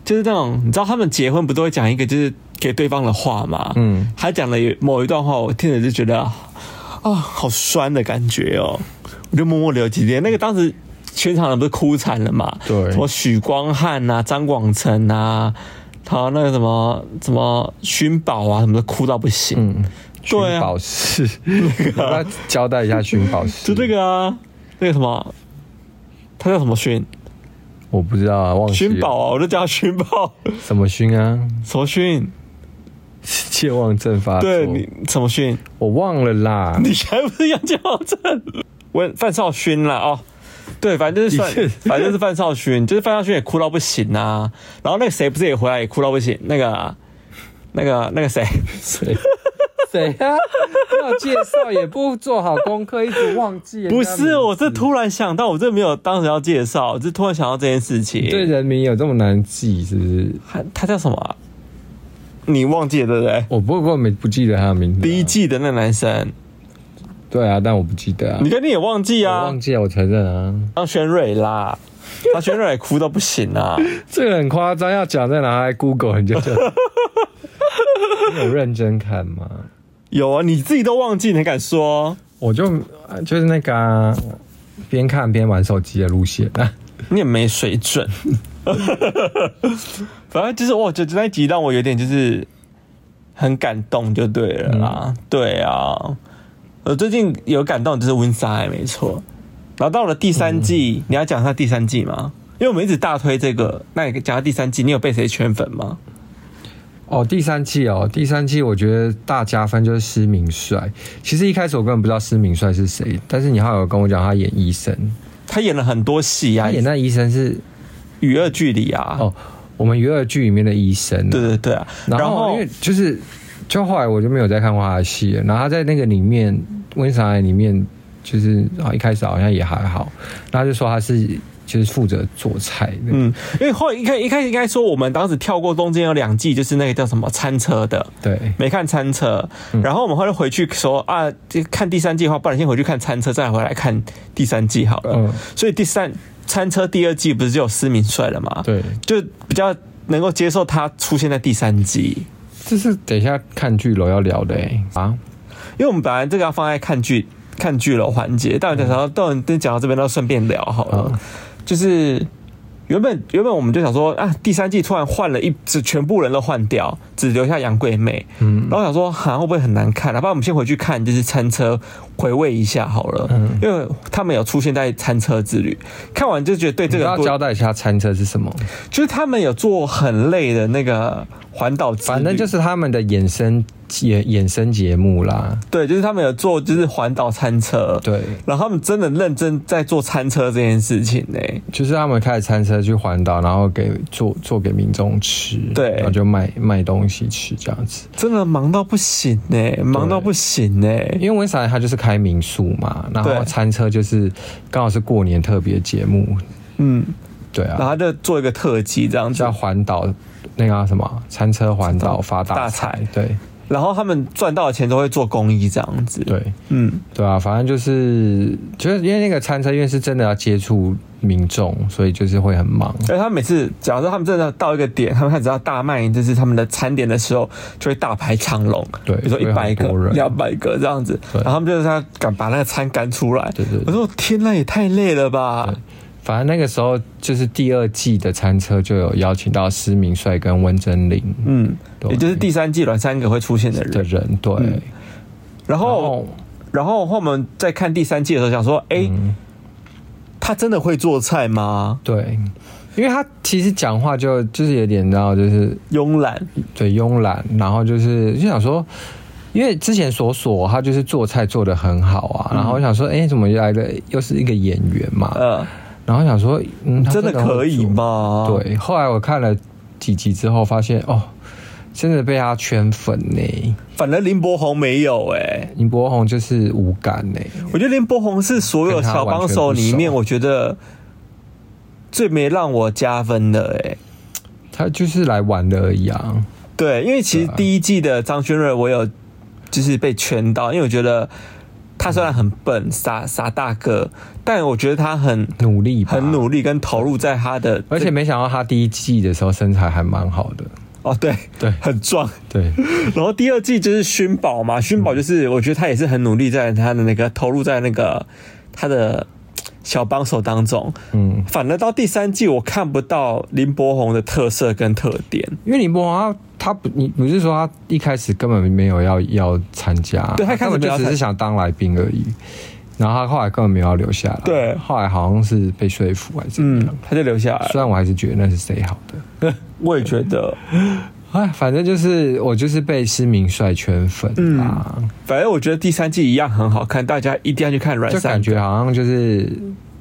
Speaker 1: 就是那种你知道他们结婚不都会讲一个就是给对方的话嘛，
Speaker 3: 嗯，
Speaker 1: 他讲了某一段话，我听着就觉得啊、好酸的感觉哦，我就默默流几滴。那个当时全场人不是哭惨了嘛？
Speaker 3: 对
Speaker 1: 什么许光汉啊、张广成啊，还有那个什么什么勋宝啊，什么的，哭到不行。
Speaker 3: 嗯，
Speaker 1: 对
Speaker 3: 寻
Speaker 1: 啊
Speaker 3: 宝，石， 要不要交代一下寻宝 石？
Speaker 1: 就那个啊，那个什么。他叫什么勋？
Speaker 3: 我不知道啊，忘记了
Speaker 1: 勋宝啊，我就叫他勋宝。
Speaker 3: 什么勋啊？
Speaker 1: 什么勋？
Speaker 3: 健忘症发作，
Speaker 1: 对你什么勋？
Speaker 3: 我忘了啦。
Speaker 1: 你还不是杨家正？我范少勋啦，哦，对，反正就是
Speaker 3: 你是
Speaker 1: 范，反正是范少勋，就是范少勋也哭到不行啊。然后那个谁不是也回来也哭到不行，那个啊那个啊那个谁，
Speaker 3: 谁 谁啊？要介绍也不做好功课，一直忘记人家
Speaker 1: 不
Speaker 3: 名字。
Speaker 1: 是，我这突然想到，我这没有当时要介绍，我就突然想到这件事情。
Speaker 3: 对，人名有这么难记，是不是？
Speaker 1: 他他叫什么啊、你忘记了对不啊对？
Speaker 3: 我不过没不记得他的名字啊、
Speaker 1: 第一季的那男生，
Speaker 3: 对啊，但我不记得啊
Speaker 1: 你。肯定也忘记
Speaker 3: 我
Speaker 1: 啊
Speaker 3: 忘。记了，我承认啊，
Speaker 1: 张轩瑞啦，张轩瑞也哭到不行啊。
Speaker 3: 这个很夸张，要讲再拿来 Google 你就知道。你有认真看吗？
Speaker 1: 有啊，你自己都忘记，你还敢说？
Speaker 3: 我就啊就是那个啊边、看边玩手机的路线啊。
Speaker 1: 你也没水准。 反正就是我觉得那一集让我有点就是很感动，就对了啦。对啊，我最近有感动就是温莎，没错。然后到了第三季，你要讲一下第三季吗？因为我们一直大推这个，那你讲到第三季，你有被谁圈粉吗？
Speaker 3: 哦，第三季哦，第三季我觉得大加分就是施明帅。其实一开始我根本不知道施明帅是谁，但是你好友跟我讲他演医生，
Speaker 1: 他演了很多戏啊
Speaker 3: 他，演那医生是
Speaker 1: 与恶距离啊。
Speaker 3: 哦，我们娱乐剧里面的医生、
Speaker 1: 对对对啊，
Speaker 3: 然后因为就是，就后来我就没有再看过他的戏了。然后他在那个里面《温莎爱》里面，就是啊一开始好像也还好，然后他就说他是就是负责做菜的。
Speaker 1: 嗯，因为后来一开一开始应该说，我们当时跳过中间有两季，就是那个叫什么餐车的，
Speaker 3: 对，
Speaker 1: 没看餐车，然后我们后来回去说啊，这看第三季的话，不然先回去看餐车，再回来看第三季好了。
Speaker 3: 嗯
Speaker 1: 所以第三餐车第二季不是就有施明帅了吗？，
Speaker 3: 对，
Speaker 1: 就比较能够接受他出现在第三季，
Speaker 3: 这是等一下看剧楼要聊的、欸、啊。
Speaker 1: 因为我们本来这个要放在看剧看剧了环节，但我讲到到你讲到这边，那顺便聊好了，
Speaker 3: 嗯
Speaker 1: 就是。原本原本我们就想说啊，第三季突然换了一，只全部人都换掉，只留下杨贵妹。
Speaker 3: 嗯
Speaker 1: 然后想说，好像会不会很难看、啊？不然我们先回去看，就是餐车回味一下好了。
Speaker 3: 嗯
Speaker 1: 因为他们有出现在餐车之旅，看完就觉得对这
Speaker 3: 这个
Speaker 1: 个
Speaker 3: 要
Speaker 1: 多
Speaker 3: 交代一下餐车是什么，
Speaker 1: 就是他们有做很累的那个环岛之旅，
Speaker 3: 反正就是他们的衍生衍衍生节目啦。
Speaker 1: 对，就是他们有做就是环岛餐车，
Speaker 3: 对，
Speaker 1: 然后他们真的认真在做餐车这件事情欸呢、
Speaker 3: 就是他们开着餐车去环岛，然后给做做给民众吃，
Speaker 1: 对
Speaker 3: 然后就卖卖东西吃这样子。
Speaker 1: 真的忙到不行呢、忙到不行欸呢、
Speaker 3: 因为温莎他就是开民宿嘛，然
Speaker 1: 对
Speaker 3: 后餐车就是刚好是过年特别节目，
Speaker 1: 嗯，
Speaker 3: 对
Speaker 1: 然
Speaker 3: 啊，
Speaker 1: 后就做一个特辑这样子
Speaker 3: 叫，环岛那个啊什么餐车环岛发
Speaker 1: 大
Speaker 3: 大
Speaker 1: 财
Speaker 3: 财，对
Speaker 1: 然后他们赚到的钱都会做公益这样子，，
Speaker 3: 对
Speaker 1: 嗯。
Speaker 3: 对啊，反正就是就是因为那个餐车因为是真的要接触民众，所以就是会很忙，
Speaker 1: 而哎他们每次，假如说他们真的到一个点，他们开始要大卖，就是他们的餐点的时候，就会大排长龙。
Speaker 3: 对
Speaker 1: 比如说
Speaker 3: 会
Speaker 1: 一
Speaker 3: 很
Speaker 1: 百个
Speaker 3: 多、人
Speaker 1: 两百个这样子，
Speaker 3: 对
Speaker 1: 然后他们就是要赶把那个餐赶出来。
Speaker 3: 对对对
Speaker 1: 我说天呐，也太累了吧！
Speaker 3: 反正那个时候就是第二季的餐车就有邀请到施明帅跟温真菱
Speaker 1: 嗯，
Speaker 3: 对
Speaker 1: 也就是第嗯三季阮三个会出现的
Speaker 3: 的
Speaker 1: 人。
Speaker 3: 人，对，
Speaker 1: 然
Speaker 3: 然
Speaker 1: 后
Speaker 3: 后，嗯
Speaker 1: 然后后面在看第三季的时候，想说，哎、他真的会做菜吗？
Speaker 3: 对，因为他其实讲话就就是有点，然后就是
Speaker 1: 慵懒，
Speaker 3: 对慵懒，然后就是就想说，因为之前索索他就是做菜做得很好啊，然后我想说，哎、怎么来的又是一个演员嘛？
Speaker 1: 嗯呃，
Speaker 3: 然后想说，嗯，他
Speaker 1: 真的可
Speaker 3: 会
Speaker 1: 以
Speaker 3: 做？
Speaker 1: 吗？，
Speaker 3: 对，后来我看了几集之后，发现哦，真的被他圈粉呢、
Speaker 1: 反正林柏宏没有哎、
Speaker 3: 林柏宏就是无感欸呢、
Speaker 1: 我觉得林柏宏是所有小帮手里
Speaker 3: 跟他完全
Speaker 1: 面，
Speaker 3: 不熟
Speaker 1: 我觉得最没让我加分的哎、
Speaker 3: 他就是来玩的而已啊。
Speaker 1: 对，因为其实
Speaker 3: 对啊
Speaker 1: 第一季的张轩睿，我有就是被圈到，因为我觉得他虽然很
Speaker 3: 嗯
Speaker 1: 笨、傻傻大个，但我觉得他很
Speaker 3: 努力吧，
Speaker 1: 很努力跟投入在他的，
Speaker 3: 而且没想到他第一季的时候身材还蛮好的，
Speaker 1: 哦对
Speaker 3: 对
Speaker 1: 很壮。
Speaker 3: 对，
Speaker 1: 然后第二季就是勋宝嘛，勋宝
Speaker 3: 嗯
Speaker 1: 就是我觉得他也是很努力在他的那个投入在那个他的小帮手当中，
Speaker 3: 嗯，
Speaker 1: 反而到第三季我看不到林柏宏的特色跟特点，
Speaker 3: 因为林柏宏他他不你不是说他一开始根本没有要要参加，
Speaker 1: 对他一开始
Speaker 3: 根本
Speaker 1: 没有要
Speaker 3: 就只
Speaker 1: 参
Speaker 3: 是想当来宾而已，然后他后来根本没有要留下来，
Speaker 1: 对
Speaker 3: 后来好像是被说服还是怎么
Speaker 1: 嗯
Speaker 3: 样，，
Speaker 1: 他就留下来了。
Speaker 3: 虽然我还是啊觉得那是谁好的。
Speaker 1: 我也觉得，
Speaker 3: 哎，反正就是我就是被施明帅圈粉啊啦，
Speaker 1: 反正我觉得第三季一样很好看，大家一定要去看阮
Speaker 3: 就
Speaker 1: 三
Speaker 3: 感觉
Speaker 1: 哥。
Speaker 3: 好像就是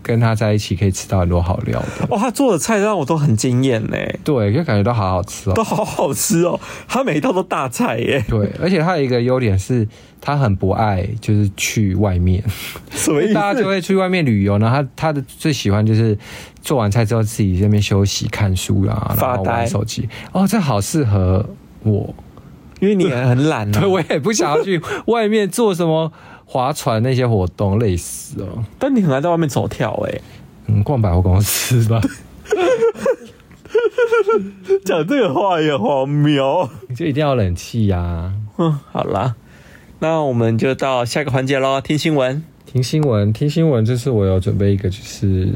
Speaker 3: 跟他在一起可以吃到很多好料的，
Speaker 1: 哦，他做的菜让我都很惊艳呢，
Speaker 3: 对，就感觉到好好吃哦
Speaker 1: 都。好好吃哦，他每一道都大菜 耶，
Speaker 3: 对，而且他有一个优点是，他很不爱就是去外 面，
Speaker 1: 什么意
Speaker 3: 大家就
Speaker 1: 思？
Speaker 3: 会去外面旅游，然后他他的最喜欢就是做完菜之后自己在那边休息、看书啊，然
Speaker 1: 发
Speaker 3: 后
Speaker 1: 呆
Speaker 3: 玩手机。哦，这好适合 我，
Speaker 1: 因为你也很懒啊
Speaker 3: 对，我也不想要去外面做什么划船那些活动，累死哦。
Speaker 1: 但你很爱在外面走跳 哎。
Speaker 3: 嗯，逛百货公司 吧，
Speaker 1: 讲这个话也荒谬。
Speaker 3: 你就一定要冷气啊呀、
Speaker 1: 嗯，好啦，那我们就到下个环节喽，听新闻。
Speaker 3: 听新闻，听新闻，就是我有准备一个，就是，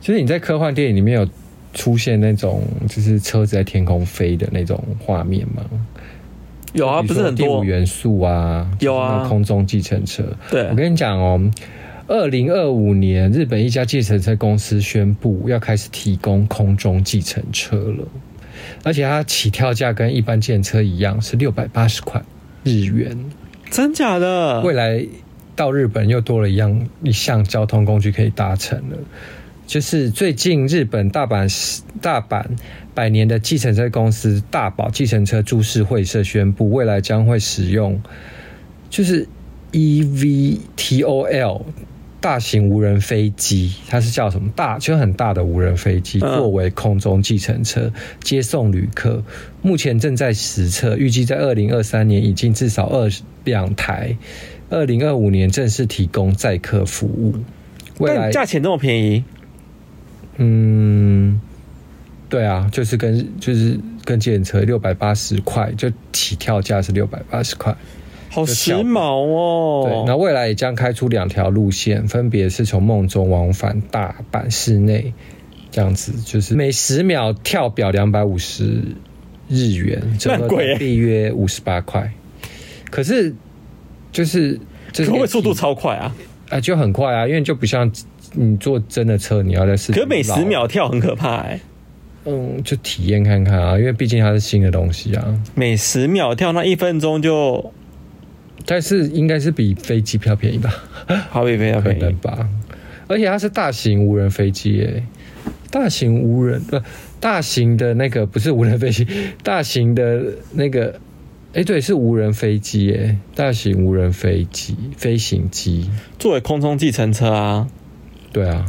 Speaker 3: 就是你在科幻电影里面有出现那种就是车子在天空飞的那种画面吗？
Speaker 1: 有啊，
Speaker 3: 比
Speaker 1: 不
Speaker 3: 如
Speaker 1: 是
Speaker 3: 说
Speaker 1: 很
Speaker 3: 第五
Speaker 1: 多，
Speaker 3: 元素啊，
Speaker 1: 有啊
Speaker 3: 就是那种空中计程车。
Speaker 1: 对
Speaker 3: 我跟你讲哦，二零二五年日本一家计程车公司宣布要开始提供空中计程车了，而且它起跳价跟一般计程车一样是六百八十块日元。
Speaker 1: 真假的？
Speaker 3: 未来到日本又多了一样一项交通工具可以搭乘了，就是最近日本大阪大阪百年的计程车公司大宝计程车株式会社宣布，未来将会使用就是 E EVTOL。大型无人飞机，它是叫什么大？就很大的无人飞机，
Speaker 1: 嗯
Speaker 3: 作为空中计程车接送旅客。目前正在实测，预计在二零二三年已经至少二两台，二零二五年正式提供载客服务。未来
Speaker 1: 但价钱这么便宜，
Speaker 3: 嗯，对啊，就是跟就是跟计程车六百八十块，就起跳价是六百八十块。
Speaker 1: 好时
Speaker 3: 小
Speaker 1: 髦哦。
Speaker 3: 对，那未来也将开出两条路线，分别是从梦中往返大阪市内，这样子就是每十秒跳表两百五十日元，折合
Speaker 1: 那很贵耶
Speaker 3: 台币约五十八块。可是就是这
Speaker 1: 可
Speaker 3: 个
Speaker 1: 不可以速度超快啊？
Speaker 3: 啊、就很快啊，因为就不像你坐真的车，你要在市
Speaker 1: 可
Speaker 3: 区
Speaker 1: 是每
Speaker 3: 绕
Speaker 1: 十秒跳很可怕哎、
Speaker 3: 嗯，就体验看看啊，因为毕竟它是新的东西啊。
Speaker 1: 每十秒跳那一分钟就
Speaker 3: 但是应该是比飞机票便宜吧？
Speaker 1: 好比非常
Speaker 3: 可
Speaker 1: 便
Speaker 3: 能
Speaker 1: 宜。
Speaker 3: 吧。而且它是大型无人飞机耶、大型无人不、大型的那个不是无人飞机，大型的那个，哎、对，是无人飞机耶、大型无人飞机飞行机，
Speaker 1: 作为空中计程车啊，
Speaker 3: 对啊，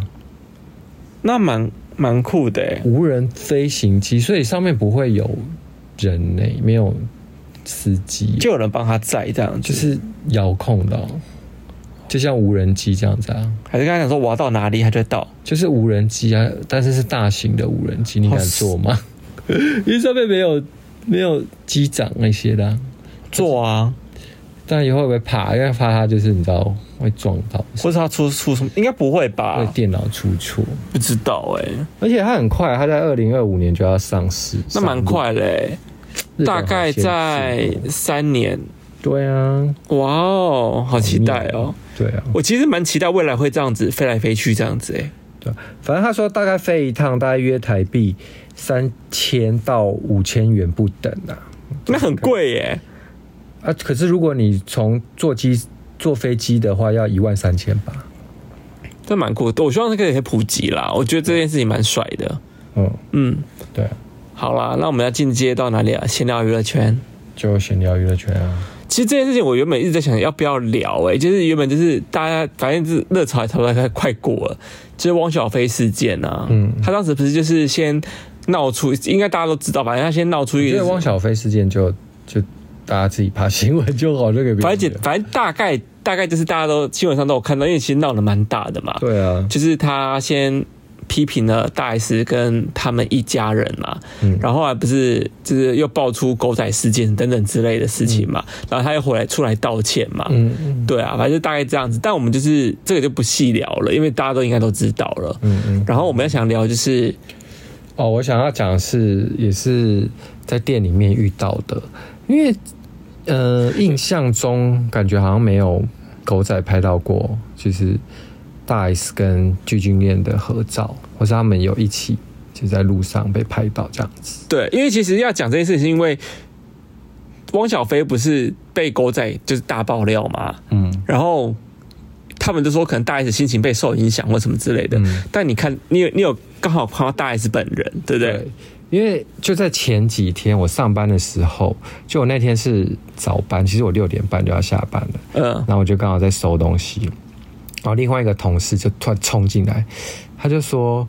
Speaker 1: 那蛮蛮酷的、欸。
Speaker 3: 无人飞行机，所以上面不会有人呢、没有司机耶、
Speaker 1: 就有人帮他载这样子，
Speaker 3: 就
Speaker 1: 就是
Speaker 3: 是遥控的哦、就像无人机这样子啊，
Speaker 1: 还是跟他讲说我要到哪里，他就会到。
Speaker 3: 就是无人机啊，但是是大型的无人机，你敢坐吗？因为上面没有没有机长那些的啊、
Speaker 1: 坐啊，
Speaker 3: 但以后会不会怕？因为怕它就是你知道会撞到，
Speaker 1: 或是他出出什么？应该不会
Speaker 3: 会
Speaker 1: 吧？
Speaker 3: 电脑出错。
Speaker 1: 不知道哎、
Speaker 3: 而且它很快，它在二零二五年就要上市，
Speaker 1: 那蛮欸
Speaker 3: 上路。
Speaker 4: 快嘞、
Speaker 3: 日本
Speaker 1: 大
Speaker 3: 好
Speaker 1: 概
Speaker 3: 先进
Speaker 1: 在
Speaker 3: 哦
Speaker 1: 三年
Speaker 3: 对啊，
Speaker 1: 哇哦，好期待哦！
Speaker 3: 对啊，
Speaker 1: 我其实蛮期待未来会这样子飞来飞去这样子哎、
Speaker 3: 对啊，反正他说大概飞一趟大概约台币三千到五千元不等啊。
Speaker 1: 那很贵耶、
Speaker 3: 啊，可是如果你从坐机坐飞机的话，要一万三千吧。
Speaker 1: 这蛮酷的。我希望这个也可以普及啦，我觉得这件事情蛮帅的。
Speaker 3: 嗯，
Speaker 1: 嗯，
Speaker 3: 对、啊，
Speaker 1: 好啦，那我们要进阶到哪里啊？闲聊娱乐圈。
Speaker 3: 就闲聊娱乐圈啊。
Speaker 1: 其实这件事情我原本一直在想要不要聊、欸，哎，就是原本就是大家反正是热潮也差不多快快过了，就是汪小菲事件啊，嗯
Speaker 3: 嗯，
Speaker 1: 他当时不是就是先闹出，应该大家都知道吧，反正他先闹出一
Speaker 3: 因为
Speaker 1: 个，
Speaker 3: 汪小菲事件就就大家自己爬新闻就好，这个
Speaker 1: 反正简反正大概大概就是大家都新闻上都有看到，因为其实闹得蛮大的嘛，
Speaker 3: 对啊，
Speaker 1: 就是他先批评了大 S 跟他们一家人嘛，
Speaker 3: 嗯
Speaker 1: 然后后来不是就是又爆出狗仔事件等等之类的事情嘛，然后他又回来出来道歉嘛，
Speaker 3: 嗯嗯
Speaker 1: 对啊，反正大概这样子。但我们就是这个就不细聊了，因为大家都应该都知道了。
Speaker 3: 嗯嗯。
Speaker 1: 然后我们要想聊就是，
Speaker 3: 哦，我想要讲的是，也是在店里面遇到的，因为呃，印象中感觉好像没有狗仔拍到过，就是大 S 跟具俊晔的合照，或是他们有一起就在路上被拍到这样子。
Speaker 1: 对，因为其实要讲这件事，是因为汪小菲不是被狗仔就是大爆料嘛，
Speaker 3: 嗯
Speaker 1: 然后他们就说可能大 S 心情被受影响或什么之类的。
Speaker 3: 嗯，
Speaker 1: 但你看，你有你有刚好看到大 S 本人，对不对？
Speaker 3: 对。因为就在前几天我上班的时候，就我那天是早班，其实我六点半就要下班了。
Speaker 1: 嗯，
Speaker 3: 然后我就刚好在收东西，然后另外一个同事就突然冲进来，他就说，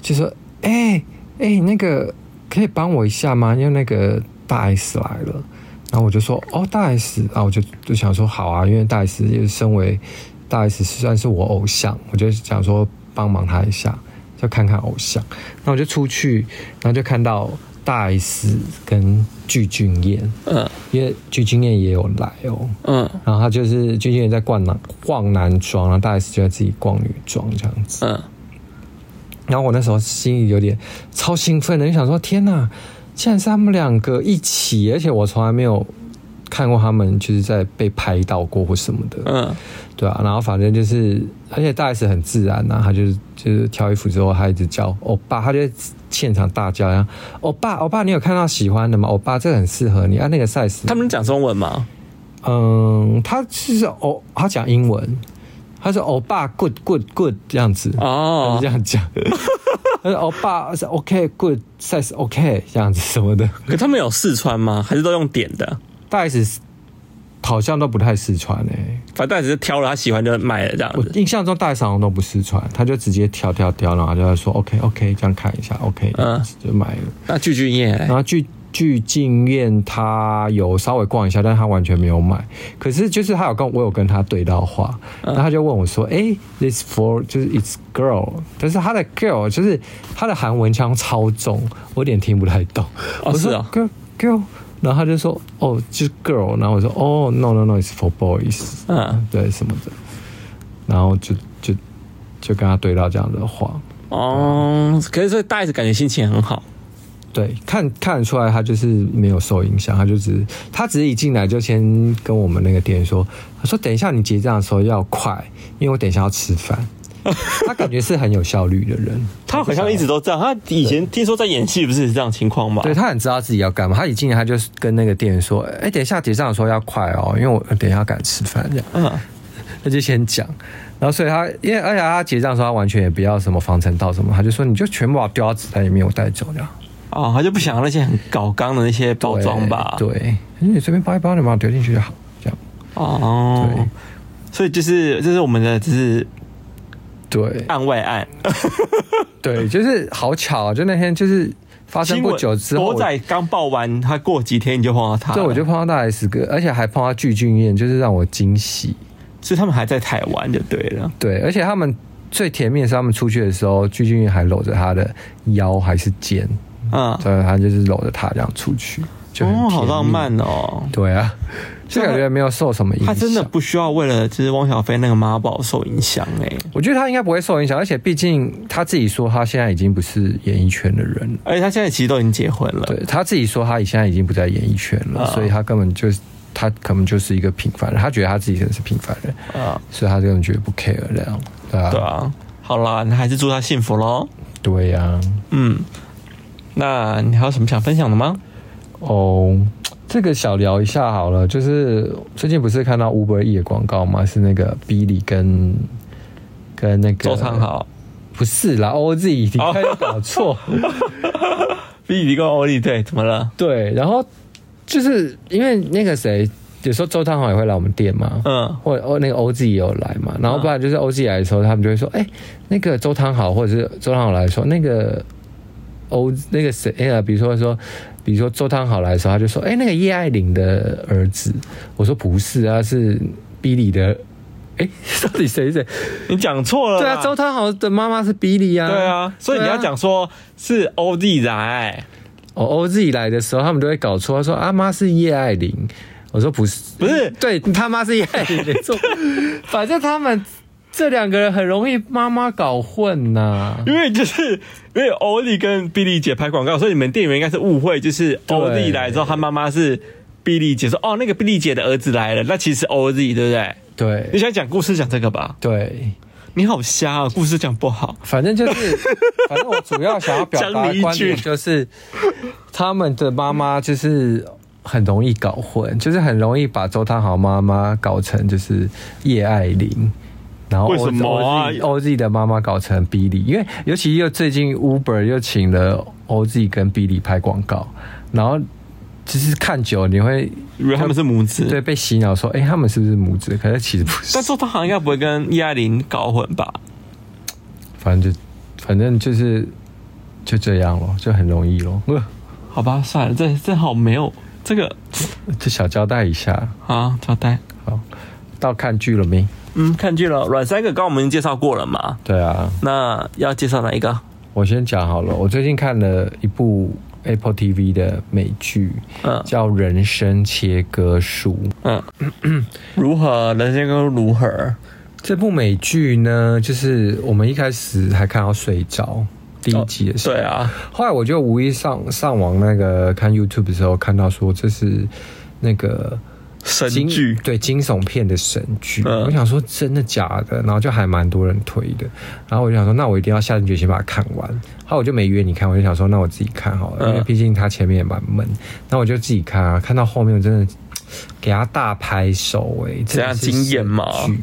Speaker 3: 就说，哎、哎、那个可以帮我一下吗？因为那个大 S 来了，然后我就说，哦，大 S 啊，我就就想说好啊，因为大 S 也身为大 S 算是我偶像，我就想说帮忙他一下，就看看偶像。那我就出去，然后就看到大 S 跟具俊晔，
Speaker 1: 嗯
Speaker 3: 因为具俊晔也有来哦。
Speaker 1: 嗯
Speaker 3: 然后他就是最近也在逛男逛男装，然后大 S 就在自己逛女装这样子。
Speaker 1: 嗯，
Speaker 3: 然后我那时候心里有点超兴奋的，就想说天哪，竟然是他们两个一起，而且我从来没有看过他们就是在被拍到过或什么的。
Speaker 1: 嗯
Speaker 3: 对啊，然后反正就是，而且大 S 很自然呐、啊，她就是就是挑衣服之后，她一直叫欧巴，她就在现场大叫，然后欧巴欧巴，你有看到喜欢的吗？欧巴，这个很适合你啊，那个 size
Speaker 1: 他们讲中文吗？
Speaker 3: 嗯，他是欧，他讲英文，他是欧巴，good good good 这样子，他
Speaker 1: 哦
Speaker 3: 是这，样讲，他是欧巴是 OK good size OK 这样子什么的，
Speaker 1: 可他们有四川吗？还是都用点的？
Speaker 3: 大 S 好像都不太试穿诶、
Speaker 1: 反正大 S 是挑了他喜欢就买了这样
Speaker 3: 我
Speaker 1: 子。
Speaker 3: 印象中大 S 好像都不试穿，他就直接挑挑挑，然后就在说 OK OK 这样看一下 OK，
Speaker 1: 嗯
Speaker 3: 嗯，就买了，
Speaker 1: 那具俊晔嘞
Speaker 3: 然后去。去进院，他有稍微逛一下，但他完全没有买。可是就是他有跟我有跟他对到话，
Speaker 1: 嗯
Speaker 3: 然后他就问我说：“哎、t h i s for 就是 it's girl，但是他的 girl 就是他的韩文腔超重，我有点听不太懂。
Speaker 1: 哦
Speaker 3: 我说
Speaker 1: 是哦
Speaker 3: girl girl，然后他就说：“哦，就是 girl。”然后我说：“哦，no no no，it's for boys。”
Speaker 1: 嗯，
Speaker 3: 对什么的，然后就就就跟他对到这样的话。
Speaker 1: 哦，可是所以大 S 感觉心情很好，
Speaker 3: 对，看看得出来他就是没有受影响，他就只是他只是一进来就先跟我们那个店员说，他说等一下你结账的时候要快，因为我等一下要吃饭。 他感觉是很有效率的人，
Speaker 1: 他好像一直都这样。他以前听说在演戏不是也是这样情况吗？
Speaker 3: 对他很知道自己要干嘛。他一进来他就跟那个店员说，哎、等一下结账的时候要快哦，因为我等一下赶吃饭这样。
Speaker 1: 嗯，
Speaker 3: 他就先讲，然后所以他因为而且他结账的时候他完全也不要什么防尘套什么，他就说你就全部把我丢到纸袋里面我带走这样。
Speaker 1: 哦，他就不想要那些很搞刚的那些包装吧？，
Speaker 3: 对，你随便包一包，你把我丢进去就好，这样。
Speaker 1: 哦，所以就是这是我们的就是
Speaker 3: 对
Speaker 1: 案外案，
Speaker 3: 对，就是好巧啊！就那天就是发生不久之后
Speaker 1: 狗，仔刚报完，他过几天你就碰到他了，
Speaker 3: 对，我就碰到大 S 哥，而且还碰到具俊晔，就是让我惊喜。
Speaker 1: 所以他们还在台湾就对了。
Speaker 3: 对，而且他们最甜蜜的是，他们出去的时候，具俊晔还搂着他的腰还是肩，
Speaker 1: 嗯，
Speaker 3: 对，他就是搂着他这样出去，就很甜
Speaker 1: 哦，
Speaker 3: 蜜
Speaker 1: 好浪。漫哦。
Speaker 3: 对啊，就感觉没有受什么影
Speaker 1: 他
Speaker 3: 响。
Speaker 1: 真的不需要为了就是汪小菲那个妈宝受影响哎、
Speaker 3: 我觉得他应该不会受影响，而且毕竟他自己说他现在已经不是演艺圈的人了
Speaker 1: 而且他现在其实都已经结婚了，
Speaker 3: 对他自己说，他现在已经不在演艺圈了，
Speaker 1: 啊
Speaker 3: 所以他根本就是他可能就是一个平凡人，他觉得他自己真的是平凡人，
Speaker 1: 啊，
Speaker 3: 所以他根本觉得不 care 这样，对啊，
Speaker 1: 对啊，好啦，那还是祝他幸福喽。
Speaker 3: 对呀、
Speaker 1: 嗯，那你还有什么想分享的吗？
Speaker 3: 哦，这个小聊一下好了，就是最近不是看到 Uber E 的广告吗？是那个 Billy 跟跟那个
Speaker 1: 周汤，豪、哦
Speaker 3: 不是啦，OZ，你哦看又搞错。
Speaker 1: 比利跟欧力，对，怎么了？
Speaker 3: 对，然后就是因为那个谁，有时候周汤豪也会来我们店嘛，
Speaker 1: 嗯
Speaker 3: 或者哦那个 OZ 也有来嘛，然后不然就是 OZ 来的时候，他们就会说，哎、那个周汤豪或者是周汤豪来说，那个欧那个谁，哎呀，比如说说。比如说周汤豪来的时候，他就说：“哎、那个叶爱玲的儿子。”我说：“不是啊，是 Billy 的。哎， 到底谁是谁？
Speaker 1: 你讲错了
Speaker 3: 对
Speaker 1: 啦。
Speaker 3: 啊，周汤豪的妈妈是 Billy 啊。
Speaker 1: 嗯对啊，所以你
Speaker 3: 对啊
Speaker 1: 要讲说是欧弟来，
Speaker 3: 哦，OZ 来的时候，他们都会搞错，他说阿妈是叶爱玲，我说不是，
Speaker 1: 不是
Speaker 3: 对他妈是叶爱玲，没错，反正他们这两个人很容易妈妈搞混呐、
Speaker 1: 因为就是因为欧力跟比利姐拍广告，所以你们店员应该是误会，就是欧力来之后，他妈妈是比利姐说哦，那个比利姐的儿子来了，那其实是欧力对不对？你
Speaker 3: 对
Speaker 1: 想讲故事讲这个吧？
Speaker 3: 对，
Speaker 1: 你好瞎啊，故事讲不好。
Speaker 3: 反正就是， 反正我主要想要表达
Speaker 1: 讲你
Speaker 3: 的
Speaker 1: 一
Speaker 3: 观点
Speaker 1: 句
Speaker 3: 就是，他们的妈妈就是很容易搞混，就是很容易把周汤豪妈妈搞成就是叶爱玲。然后
Speaker 1: 为什么啊
Speaker 3: OZ OZ 的妈妈搞成 Billy，因为尤其又最近 Uber 又请了 OZ 跟 Billy 拍广告，然后就是看久了你会
Speaker 1: 以为他们是母子，
Speaker 3: 对，被洗脑说，哎、他们是不是母子？可是其实不是
Speaker 1: 但。周汤豪应该不会跟叶爱玲搞混吧？
Speaker 3: 反正就反正就是就这样咯，就很容易咯。呃
Speaker 1: 好吧，算了，这这好没有这个
Speaker 3: 就小交代一下。
Speaker 1: 啊，交代。
Speaker 3: 好，到看剧了没？
Speaker 1: 嗯，看剧了，阮三个刚刚我们已经介绍过了嘛，
Speaker 3: 对啊，
Speaker 1: 那要介绍哪一个？
Speaker 3: 我先讲好了。我最近看了一部 Apple TV 的美剧，
Speaker 1: 嗯
Speaker 3: 叫《人生切割术》。
Speaker 1: 嗯，如何人生跟如何？
Speaker 3: 这部美剧呢，就是我们一开始还看到睡着。第一集的时候，
Speaker 1: 对啊，
Speaker 3: 后来我就无意上上网那个看 YouTube 的时候，看到说这是那个
Speaker 1: 神
Speaker 3: 惊
Speaker 1: 剧
Speaker 3: 对惊悚片的神剧，
Speaker 1: 嗯
Speaker 3: 我想说真的假的，然后就还蛮多人推的，然后我就想说，那我一定要下定决心把它看完。后来我就没约你看，我就想说，那我自己看好了，
Speaker 1: 嗯
Speaker 3: 因为毕竟它前面也蛮闷，那我就自己看啊，看到后面我真的给他大拍手哎、欸，
Speaker 1: 怎样
Speaker 3: 真的是
Speaker 1: 惊艳吗
Speaker 3: 神剧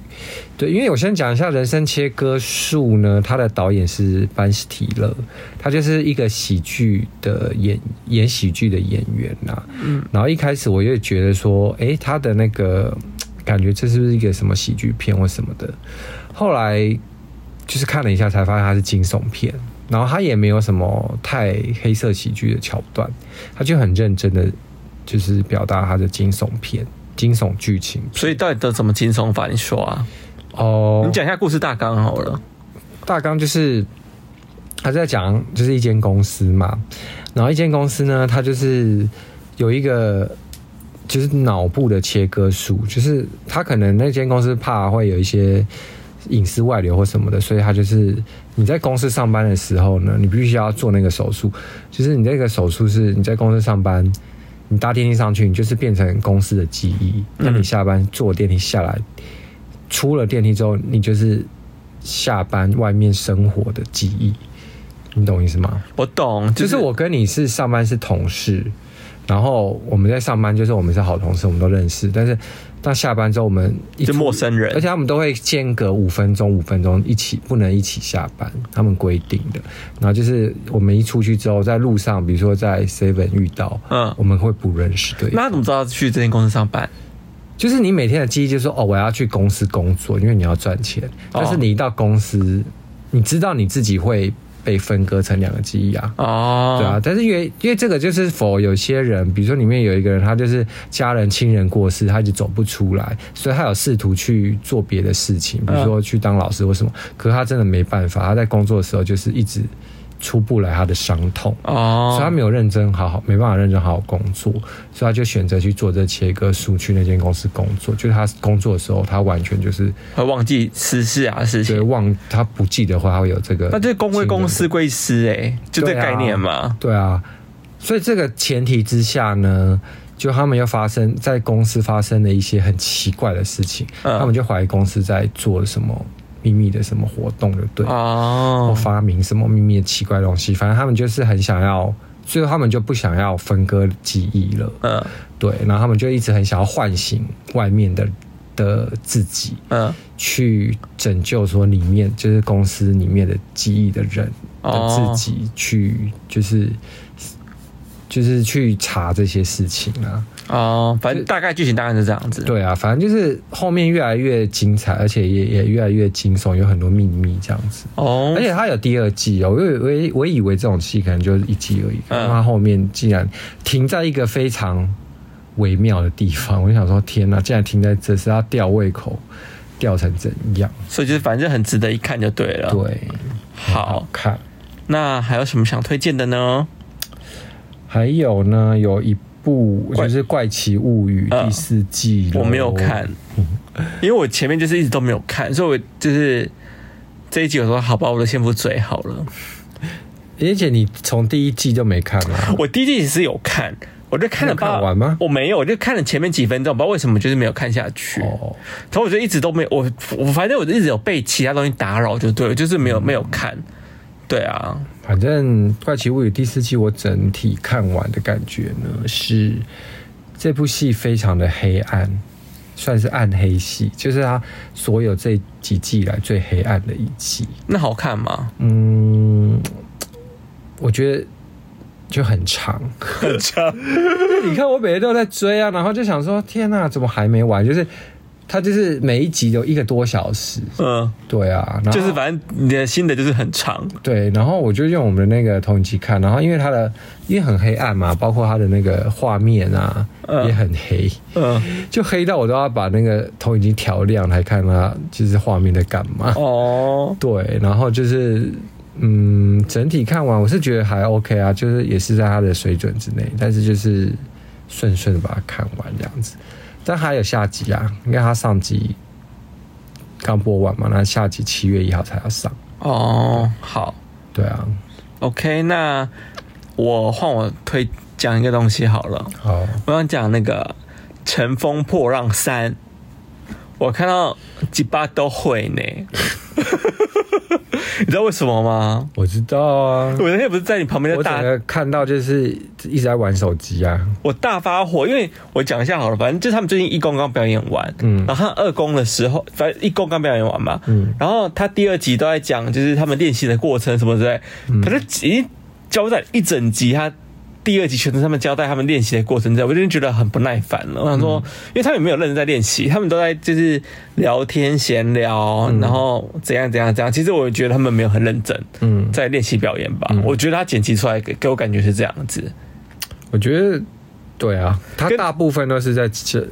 Speaker 3: 对，因为我先讲一下《人生切割术》呢，它的导演是班斯提勒，他就是一个喜剧的演演喜剧的演员呐、
Speaker 1: 嗯
Speaker 3: 然后一开始我也觉得说，诶，他的那个感觉这是不是一个什么喜剧片或什么的？后来就是看了一下才发现它是惊悚片，然后它也没有什么太黑色喜剧的桥段，它就很认真的就是表达它的惊悚片、惊悚剧情。
Speaker 1: 所以到底得怎么轻松法？你说啊，
Speaker 3: 哦，
Speaker 1: 你讲一下故事大纲好了。
Speaker 3: 大纲就是他在讲，就是一间公司嘛，然后一间公司呢，它就是有一个就是脑部的切割术，就是他可能那间公司怕会有一些隐私外流或什么的，所以他就是你在公司上班的时候呢，你必须要做那个手术，就是你这个手术是你在公司上班。你搭电梯上去，你就是变成公司的记忆。那你下班坐电梯下来，出了电梯之后，你就是下班外面生活的记忆，你懂意思吗？
Speaker 1: 我懂，
Speaker 3: 就是、我跟你是上班是同事，然后我们在上班就是我们是好同事，我们都认识，但是到下班之后我们一
Speaker 1: 就
Speaker 3: 出
Speaker 1: 陌生人
Speaker 3: 而且他们都会间隔五分钟，五分钟一起不能一起下班，他们规定的。然后就是我们一出去之后，在路上，比如说在 Seven 遇到，
Speaker 1: 嗯
Speaker 3: 我们会不认识对方
Speaker 1: 那他怎么知道去这间公司上班？
Speaker 3: 就是你每天的记忆就是说，哦，我要去公司工作，因为你要赚钱。但是你一到公司，你知道你自己会被分割成两个记忆啊。
Speaker 1: 哦，
Speaker 3: 对啊，，但是因为因为这个就是否有些人，比如说里面有一个人，他就是家人亲人过世，他一直走不出来，所以他有试图去做别的事情，比如说去当老师或什么，可是他真的没办法，他在工作的时候就是一直出不来他的伤痛。所以他
Speaker 1: 哦，
Speaker 3: 没有认真好好，没办法认真好好工作，所以他就选择去做这切割术，去那间公司工作。就是他工作的时候，他完全就是
Speaker 1: 会忘记私事啊事
Speaker 3: 对
Speaker 1: 情。
Speaker 3: 忘他不记得话，他会有这个。
Speaker 1: 那就是公归公，私归私、欸，哎，就这
Speaker 3: 对啊
Speaker 1: 概念嘛。
Speaker 3: 对啊。所以这个前提之下呢，就他们又发生在公司发生了一些很奇怪的事情，
Speaker 1: 嗯
Speaker 3: 他们就怀疑公司在做了什么秘密的什么活动，就对了或
Speaker 1: 哦，
Speaker 3: 发明什么秘密的奇怪东西，反正他们就是很想要，最后他们就不想要分割记忆了，
Speaker 1: 嗯
Speaker 3: 对，然后他们就一直很想要唤醒外面的的自己，
Speaker 1: 嗯，
Speaker 3: 去拯救说里面就是公司里面的记忆的人的
Speaker 1: 哦
Speaker 3: 自己去就是。就是去查这些事情啊，
Speaker 1: 哦，反正大概剧情大概是这样子。
Speaker 3: 对啊，反正就是后面越来越精彩，而且也也越来越惊悚，有很多秘密这样子。
Speaker 1: 哦
Speaker 3: 而，且它有第二季哦，我以为我以为这种戏可能就是一季而已，
Speaker 1: 嗯
Speaker 3: 然后它后面竟然停在一个非常微妙的地方，我就想说天哪，竟然停在这是要吊胃口，吊成怎样？
Speaker 1: 所以就是反正很值得一看就对了。
Speaker 3: 对，
Speaker 1: 好，
Speaker 3: 看。
Speaker 1: 那还有什么想推荐的呢？
Speaker 3: 还有呢，有一部
Speaker 1: 怪
Speaker 3: 就是《怪奇物语》
Speaker 1: 嗯
Speaker 3: 第四季咯、
Speaker 1: 我没有看，
Speaker 3: 嗯
Speaker 1: 因为我前面就是一直都没有看，所以我就是这一集我说好吧，我就先不追好 了。
Speaker 3: 而且你从第一季就没看 啊。
Speaker 1: 我第一季是有看，我就看了
Speaker 3: 你有看
Speaker 1: 八
Speaker 3: 完吗
Speaker 1: 我没有，我就看了前面几分钟，不知道为什么就是没有看下去。
Speaker 3: 哦，
Speaker 1: 然后我就一直都没有，我我反正我就一直有被其他东西打扰，就对了，就是没有没有看。对啊，
Speaker 3: 反正《怪奇物语》第四季我整体看完的感觉呢是，这部戏非常的黑暗，算是暗黑系，就是它所有这几季以来最黑暗的一季。
Speaker 1: 那好看吗？
Speaker 3: 嗯，我觉得就很长，
Speaker 1: 很长。
Speaker 3: 你看我每天都在追啊，然后就想说天呐，怎么还没完？就是它就是每一集有一个多小时，
Speaker 1: 嗯，
Speaker 3: 对啊，然后
Speaker 1: 就是反正你的新的就是很长。
Speaker 3: 对，然后我就用我们的那个投影机看，然后因为它的因为很黑暗嘛，包括它的那个画面啊、
Speaker 1: 嗯
Speaker 3: 也很黑，
Speaker 1: 嗯，
Speaker 3: 就黑到我都要把那个投影机调亮来看它就是画面在干嘛。
Speaker 1: 哦，
Speaker 3: 对，然后就是嗯，整体看完我是觉得还 OK 啊，就是也是在它的水准之内，但是就是顺顺的把它看完这样子。但还有下集啊，因为它上集刚播完嘛，那下集七月一号才要上。
Speaker 1: 哦，好
Speaker 3: 对啊，
Speaker 1: ，OK，那我换我推讲一个东西好了。
Speaker 3: 好。
Speaker 1: 我想讲那个《乘风破浪三》，我看到几巴都会呢。你知道为什么吗？
Speaker 3: 我知道 啊，
Speaker 1: 我那天不是在你旁边
Speaker 3: 我
Speaker 1: 的大
Speaker 3: 整个看到就是一直在玩手机啊，
Speaker 1: 我大发火，因为我讲一下好了，反正就是他们最近一公刚表演完，
Speaker 3: 嗯
Speaker 1: 然后他二公的时候，反正一公刚表演完嘛，
Speaker 3: 嗯
Speaker 1: 然后他第二集都在讲就是他们练习的过程什么之类，
Speaker 3: 嗯
Speaker 1: 可是已经交代一整集他。第二集全程他们交代他们练习的过程之后，我就觉得很不耐烦
Speaker 3: 嗯
Speaker 1: 了。我想说，因为他们也没有认真在练习，他们都在就是聊天闲聊，然后怎样怎样怎样。其实我觉得他们没有很认真，
Speaker 3: 嗯
Speaker 1: 在练习表演吧。我觉得他剪辑出来给给我感觉是这样子。
Speaker 3: 我觉得对啊，他
Speaker 1: 跟
Speaker 3: 大部分都是在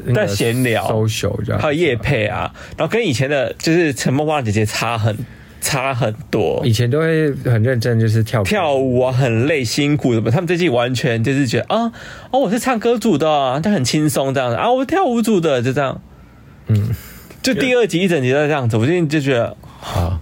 Speaker 3: 那个
Speaker 1: 在闲聊
Speaker 3: social 这样子啊，
Speaker 1: 还有叶配啊，然后跟以前的就是《乘风破浪》姐姐差很差很多
Speaker 3: 以，前都会很认真，就是跳舞
Speaker 1: 跳舞啊很累辛苦什么，他们最近完全就是觉得啊哦我是唱歌组的啊，但很轻松这样啊，我跳舞组的就这样，
Speaker 3: 嗯，
Speaker 1: 就第二集一整集都这样子，我最近就觉得
Speaker 3: 好，啊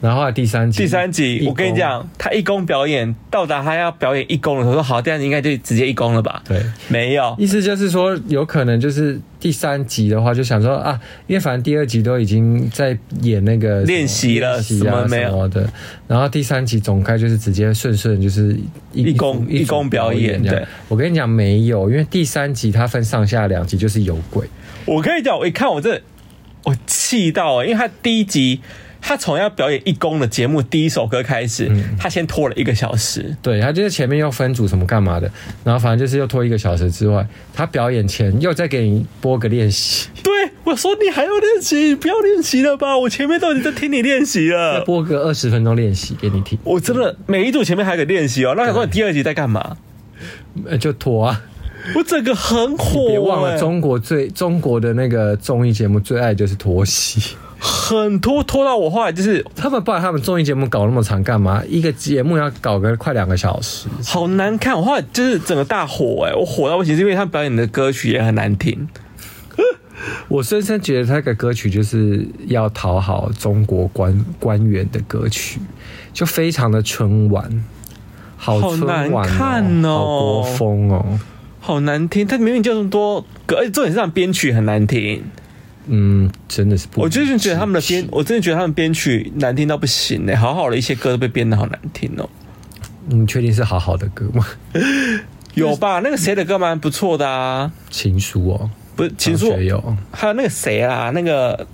Speaker 3: 然后后来第三集，
Speaker 1: 第三集
Speaker 3: 义
Speaker 1: 我跟你
Speaker 3: 工，
Speaker 1: 讲，他一公表演到达他要表演一公的时候，我说好，第二集应该就直接一公了吧？
Speaker 3: 对，
Speaker 1: 没有，
Speaker 3: 意思就是说，有可能就是第三集的话，就想说啊，因为反正第二集都已经在演那个什么
Speaker 1: 练习了
Speaker 3: 练习啊
Speaker 1: 什么没有
Speaker 3: 什么的，然后第三集总该就是直接顺顺就是一
Speaker 1: 一公
Speaker 3: 一组
Speaker 1: 一公表演
Speaker 3: 这样
Speaker 1: 对
Speaker 3: 我跟你讲没有，因为第三集它分上下两集，就是有鬼，
Speaker 1: 我跟你讲，我一看我这我气到、欸，因为他第一集他从要表演一公的节目第一首歌开始，
Speaker 3: 嗯
Speaker 1: 他先拖了一个小时。
Speaker 3: 对，它就是前面又分组什么干嘛的，然后反正就是又拖一个小时之外，它表演前又再给你播个练习，
Speaker 1: 对我说你还要练习，不要练习了吧？我前面都已经在听你练习
Speaker 3: 再
Speaker 1: 了。
Speaker 3: 播个二十分钟练习给你听，
Speaker 1: 我真的每一组前面还有个练习哦，那想说你第二集在干嘛？
Speaker 3: 呃就拖啊。
Speaker 1: 我整个很火、欸，
Speaker 3: 别忘了，中国最中国的那个综艺节目最爱就是拖戏。
Speaker 1: 很拖拖到我后来就是
Speaker 3: 他们不然他们综艺节目搞那么长干嘛？一个节目要搞个快两个小时。
Speaker 1: 好难看，我后来就是整个大火哎、我火到不行，是因为他表演的歌曲也很难听。
Speaker 3: 我深深觉得那个歌曲就是要讨好中国官官员的歌曲，就非常的春晚，好春晚、
Speaker 1: 好难看哦
Speaker 3: 好国风哦。
Speaker 1: 好难听，他明明就这么多歌，而且重点是他们编曲很难听。
Speaker 3: 嗯，真的是不，
Speaker 1: 我就是觉得他们的编，我真的觉得他们编曲难听到不行呢、好好的一些歌都被编的好难听哦、
Speaker 3: 你确定是好好的歌吗？
Speaker 1: 有吧？那个谁的歌蛮不错的啊，
Speaker 3: 情书哦，
Speaker 1: 不是情书
Speaker 3: 小，学有，
Speaker 1: 还有那个谁啦，那个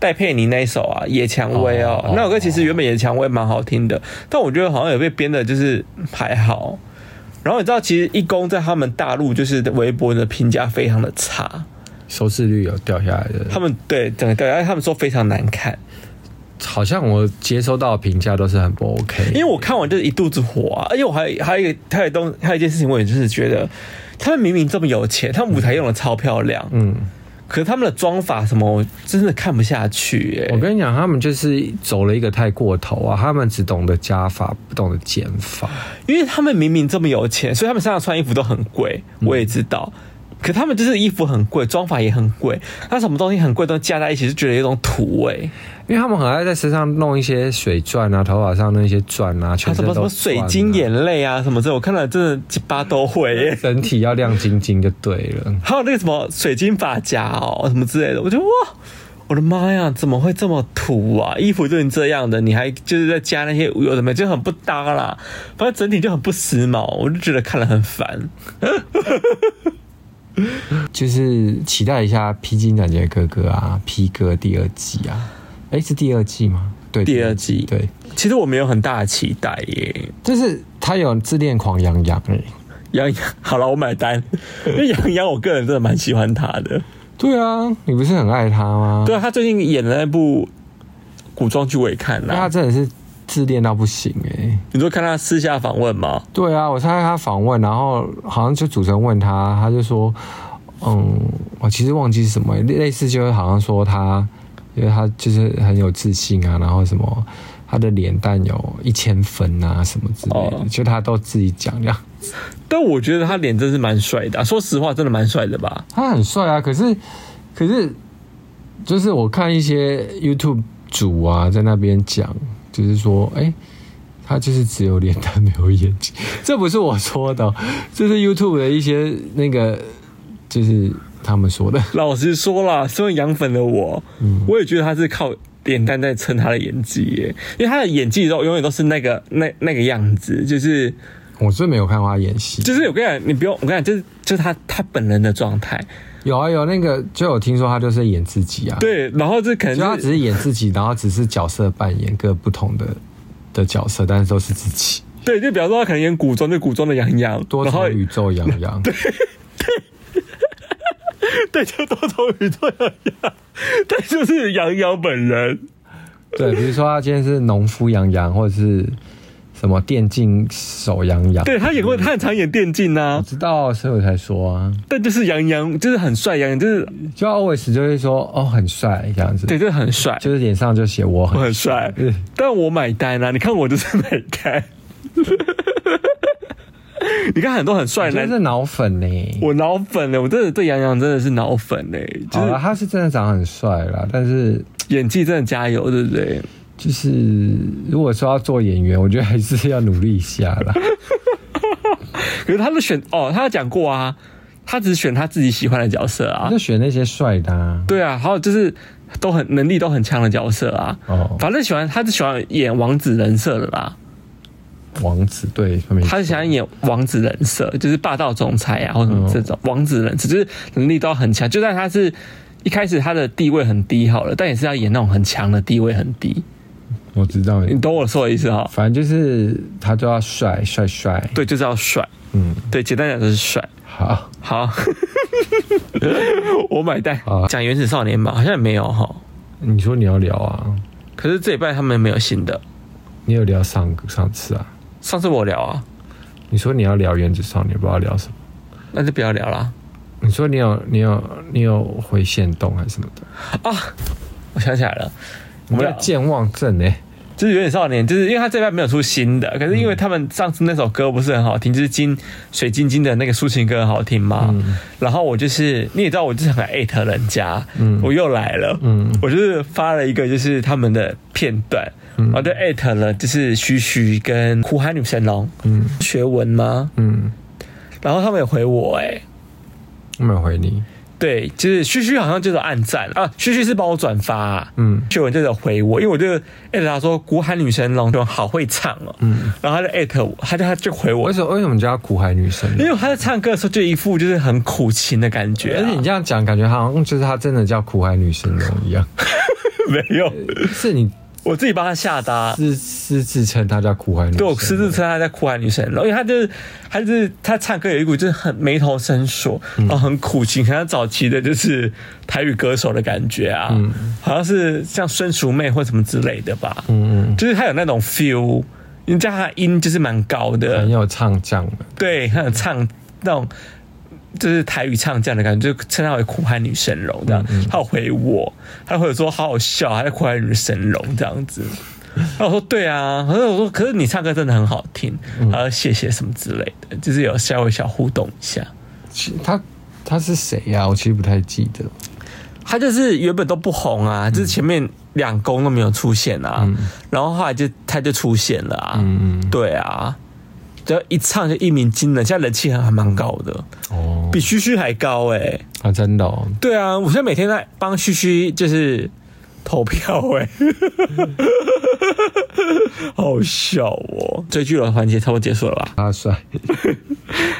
Speaker 1: 戴佩妮那一首啊，《野蔷薇》哦，
Speaker 3: 哦
Speaker 1: 那首歌其实原本《野蔷薇》蛮好听的，但我觉得好像也被编的就是还好。然后你知道，其实一公在他们大陆就是微博的评价非常的差，
Speaker 3: 收视率有掉下来的，
Speaker 1: 他们对整个对，而且他们说非常难看。
Speaker 3: 好像我接收到的评价都是很不 OK，
Speaker 1: 因为我看完就是一肚子火啊，而且我还还有一个还有一东还有一件事情，我也就是觉得他们明明这么有钱，他们舞台用的超漂亮，
Speaker 3: 嗯，
Speaker 1: 可是他们的妆法什么，我真的看不下去耶、
Speaker 3: 我跟你讲，他们就是走了一个太过头啊，他们只懂得加法，不懂得减法，
Speaker 1: 因为他们明明这么有钱，所以他们身上穿衣服都很贵，
Speaker 3: 嗯
Speaker 1: 我也知道。可他们就是衣服很贵，妆法也很贵，那什么东西很贵都加在一起，就觉得有一种土味。
Speaker 3: 因为他们很爱在身上弄一些水钻啊，头发上弄一些钻啊，
Speaker 1: 还
Speaker 3: 全
Speaker 1: 有什
Speaker 3: 身
Speaker 1: 么
Speaker 3: 都
Speaker 1: 什么
Speaker 3: 钻
Speaker 1: 水
Speaker 3: 啊
Speaker 1: 晶眼泪啊什么这，我看了真的鸡巴都会耶。
Speaker 3: 整体要亮晶晶就对了。
Speaker 1: 还有那个什么水晶发夹哦，什么之类的，我觉得哇，我的妈呀，怎么会这么土啊？衣服都已经这样的，你还就是在加那些有的没，就很不搭啦。反正整体就很不时髦，我就觉得看了很烦。
Speaker 3: 就是期待一下《披荆斩棘的哥哥》啊，《披哥》第二季啊，哎、是第二季吗？对，
Speaker 1: 第二季
Speaker 3: 对，
Speaker 1: 其实我没有很大的期待耶。
Speaker 3: 就是他有自恋狂杨洋哎、
Speaker 1: 杨洋，好了，我买单，因为杨洋我个人真的蛮喜欢他的。
Speaker 3: 对啊，你不是很爱他吗？
Speaker 1: 对啊，他最近演的那部古装剧我也看
Speaker 3: 那他
Speaker 1: 了。
Speaker 3: 真的是自恋到不行哎、
Speaker 1: 你说看他私下访问吗？
Speaker 3: 对啊，我参加他访问，然后好像就主持人问他，他就说，嗯，我其实忘记是什么，类类似就是好像说他，因为他就是很有自信啊，然后什么他的脸蛋有一千分啊什么之类的，
Speaker 1: 哦
Speaker 3: 就他都自己讲这样。
Speaker 1: 但我觉得他脸真是蛮帅的啊、说实话，真的蛮帅的吧？
Speaker 3: 他很帅啊，可是可是就是我看一些 YouTube 主啊在那边讲，就是说，哎、他就是只有脸蛋没有眼睛，这不是我说的哦， 这是 YouTube 的一些那个就是他们说的。
Speaker 1: 老实说啦，身为洋粉的我，
Speaker 3: 嗯
Speaker 1: 我也觉得他是靠脸蛋在撑他的演技耶，因为他的演技都永远都是那个那那个样子，就是
Speaker 3: 我是没有看过他演戏，
Speaker 1: 就是我跟你讲，你不用我跟你讲，就是就是他他本人的状态，
Speaker 3: 有啊有那个就有听说他就是演自己啊，，
Speaker 1: 对，然后这可能
Speaker 3: 就他
Speaker 1: 就
Speaker 3: 只
Speaker 1: 是
Speaker 3: 是演自己，然后只是角色扮演各不同的的角色，但是都是自己，
Speaker 1: 对，就比方说他可能演古装，就古装的杨洋，
Speaker 3: 多
Speaker 1: 然后
Speaker 3: 重宇宙洋洋。
Speaker 1: 对，就多重宇宙杨洋， 但就是杨洋本人，
Speaker 3: 对，比如说他今天是农夫杨洋，或者是什么电竞手杨洋，
Speaker 1: 对他演过，他很常演电竞
Speaker 3: 我
Speaker 1: 啊，
Speaker 3: 知道，所以我才说啊，
Speaker 1: 但就是杨洋就是很帅，杨洋就是
Speaker 3: 就 always 就会说哦很帅这样子，
Speaker 1: 对，就是很帅，
Speaker 3: 就是脸上就写我
Speaker 1: 我
Speaker 3: 很
Speaker 1: 很帅
Speaker 3: 对，
Speaker 1: 但我买单啊！你看我就是买 单。你看很多很帅
Speaker 3: 我
Speaker 1: 的
Speaker 3: 真的
Speaker 1: 男，
Speaker 3: 是脑粉呢、
Speaker 1: 我脑粉欸呢，我真的对杨洋真的是脑粉呢，欸就
Speaker 3: 好啊了，
Speaker 1: 是
Speaker 3: 他是真的长得很帅啦，但是
Speaker 1: 演技真的加油，对不对？
Speaker 3: 就是如果说要做演员，我觉得还是要努力一下 啦。
Speaker 1: 可是他的选哦，他有讲过啊，他只选他自己喜欢的角色啊
Speaker 3: 就，选那些帅的、啊，
Speaker 1: 对啊，还有就是都很能力都很强的角色啊，
Speaker 3: 哦，
Speaker 1: 反正喜欢他是喜欢演王子人设的啦，
Speaker 3: 王子对，没
Speaker 1: 他是喜欢演王子人设，就是霸道总裁啊，或什么这种、王子人设，就是能力都很强。就算他是一开始他的地位很低好了，但也是要演那种很强的地位很低。
Speaker 3: 我知道，
Speaker 1: 你懂我说的意思哈？
Speaker 3: 反正就是他就要帅帅帅，
Speaker 1: 对，就是要帅。
Speaker 3: 嗯，
Speaker 1: 对，简单讲就是帅。
Speaker 3: 好。
Speaker 1: 好， 我买单
Speaker 3: 好啊。
Speaker 1: 讲原始少年吧，好像也没有哈。
Speaker 3: 你说你要聊啊？
Speaker 1: 可是这礼拜他们没有新的。
Speaker 3: 你有聊上上次啊？
Speaker 1: 上次我聊啊，
Speaker 3: 你说你要聊原子少年，不知道聊什么？
Speaker 1: 那就不要聊了
Speaker 3: 你说你有你有你有回线洞还是什么的？
Speaker 1: 啊。我想起来了，
Speaker 3: 我
Speaker 1: 我
Speaker 3: 们
Speaker 1: 们
Speaker 3: 有健忘症哎、
Speaker 1: 就是有点少年，就是因为他这边没有出新的，可是因为他们上次那首歌不是很好听，就是金水晶晶的那个抒情歌很好听嘛。
Speaker 3: 嗯
Speaker 1: 然后我就是你也知道，我就是很艾特人家，我又来了，
Speaker 3: 嗯
Speaker 1: 我就是发了一个就是他们的片段，
Speaker 3: 嗯
Speaker 1: 然后就艾特了就是徐徐跟苦海女神龙，
Speaker 3: 嗯
Speaker 1: 学文吗？
Speaker 3: 嗯，
Speaker 1: 然后他们也回我、欸，哎，
Speaker 3: 我没有回你，
Speaker 1: 对，就是旭旭好像就是有暗赞啊，旭旭是帮我转发、
Speaker 3: 嗯
Speaker 1: 嗯，秀文就有回我，因为我就艾特他说古海女神龙就好会唱哦，嗯，然后他就艾特我，他就他就回我
Speaker 3: 为，什么为什么叫她苦海女神呢
Speaker 1: 因？为他在唱歌的时候就一副就是很苦情的感觉、
Speaker 3: 而
Speaker 1: 啊
Speaker 3: 哎且，你这样讲，感觉好像就是她真的叫苦海女神龙 一样，
Speaker 1: 没有，
Speaker 3: 是你
Speaker 1: 我自己帮他下的、啊。
Speaker 3: 自私自称她叫苦海女神
Speaker 1: 对
Speaker 3: 龙，
Speaker 1: 我私自称她在苦海女神龙，因为她就是她就是她唱歌有一股就是很眉头深锁，
Speaker 3: 嗯
Speaker 1: 然后很苦情，很像早期的就是台语歌手的感觉啊，
Speaker 3: 嗯
Speaker 1: 好像是像孙淑妹或什么之类的吧，
Speaker 3: 嗯，嗯
Speaker 1: 就是她有那种 feel，你叫她音就是蛮高
Speaker 3: 嗯，
Speaker 1: 的
Speaker 3: 很，有唱将的，
Speaker 1: 对，她有唱那种就是台语唱这样的感觉，就称她为苦海女神龙这样。她有回我，她会说好好笑，她在苦海女神龙这样子。然后我说对啊，可是我说可是你唱歌真的很好听，然后谢谢什么之类的，就是有稍微小互动一下。
Speaker 3: 其她她是谁呀？我其实不太记得，
Speaker 1: 他就是原本都不红啊，就是前面两公都没有出现啊，然后后来就他就出现了啊，
Speaker 3: 嗯嗯
Speaker 1: 对啊，只要一唱就一鸣惊人，现在人气还还蛮高的，
Speaker 3: 哦
Speaker 1: 比旭旭还高哎、
Speaker 3: 啊，真的哦，
Speaker 1: 对啊，我现在每天在帮旭旭就是投票 哎、好笑哦！追剧的环节差不多结束了吧？
Speaker 3: 他帅，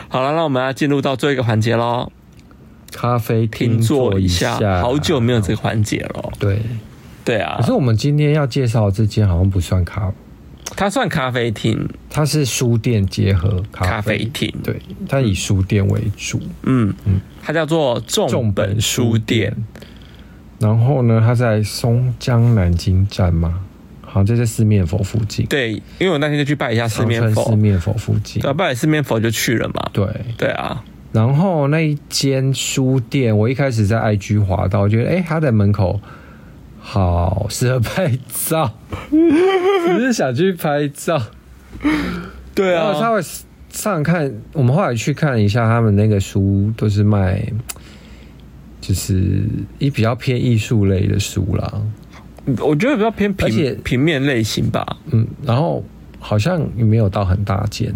Speaker 1: 好了，那我们要进入到最后一个环节喽，
Speaker 3: 咖啡厅
Speaker 1: 停
Speaker 3: 坐
Speaker 1: 坐一
Speaker 3: 下
Speaker 1: 下，，好久没有这个环节了。
Speaker 3: 对。
Speaker 1: 对啊，
Speaker 3: 可是我们今天要介绍的这间好像不算咖，
Speaker 1: 它算咖啡厅，
Speaker 3: 它是书店结合咖啡
Speaker 1: 咖啡厅，
Speaker 3: 对，它以书店为主，
Speaker 1: 嗯，它叫做重本书店，。
Speaker 3: 然后呢，它在松江南京站吗？好，这在四面佛附近，
Speaker 1: 对，因为我那天就去拜一下四
Speaker 3: 长
Speaker 1: 面
Speaker 3: 春
Speaker 1: 佛
Speaker 3: 四，面佛附近
Speaker 1: 对、。啊，拜了四面佛就去了嘛。
Speaker 3: 对，
Speaker 1: 对啊，
Speaker 3: 然后那一间书店，我一开始在 IG 滑到，觉得哎，诶它在门口好适合拍照， 只是想去拍照。
Speaker 1: 对
Speaker 3: 然后
Speaker 1: 啊，
Speaker 3: 稍微上看，我们后来去看了一下他们那个书，都是卖，就是一比较偏艺术类的书啦。
Speaker 1: 我觉得比较偏
Speaker 3: 而且
Speaker 1: 平平面类型吧，
Speaker 3: 嗯，然后好像也没有到很大间，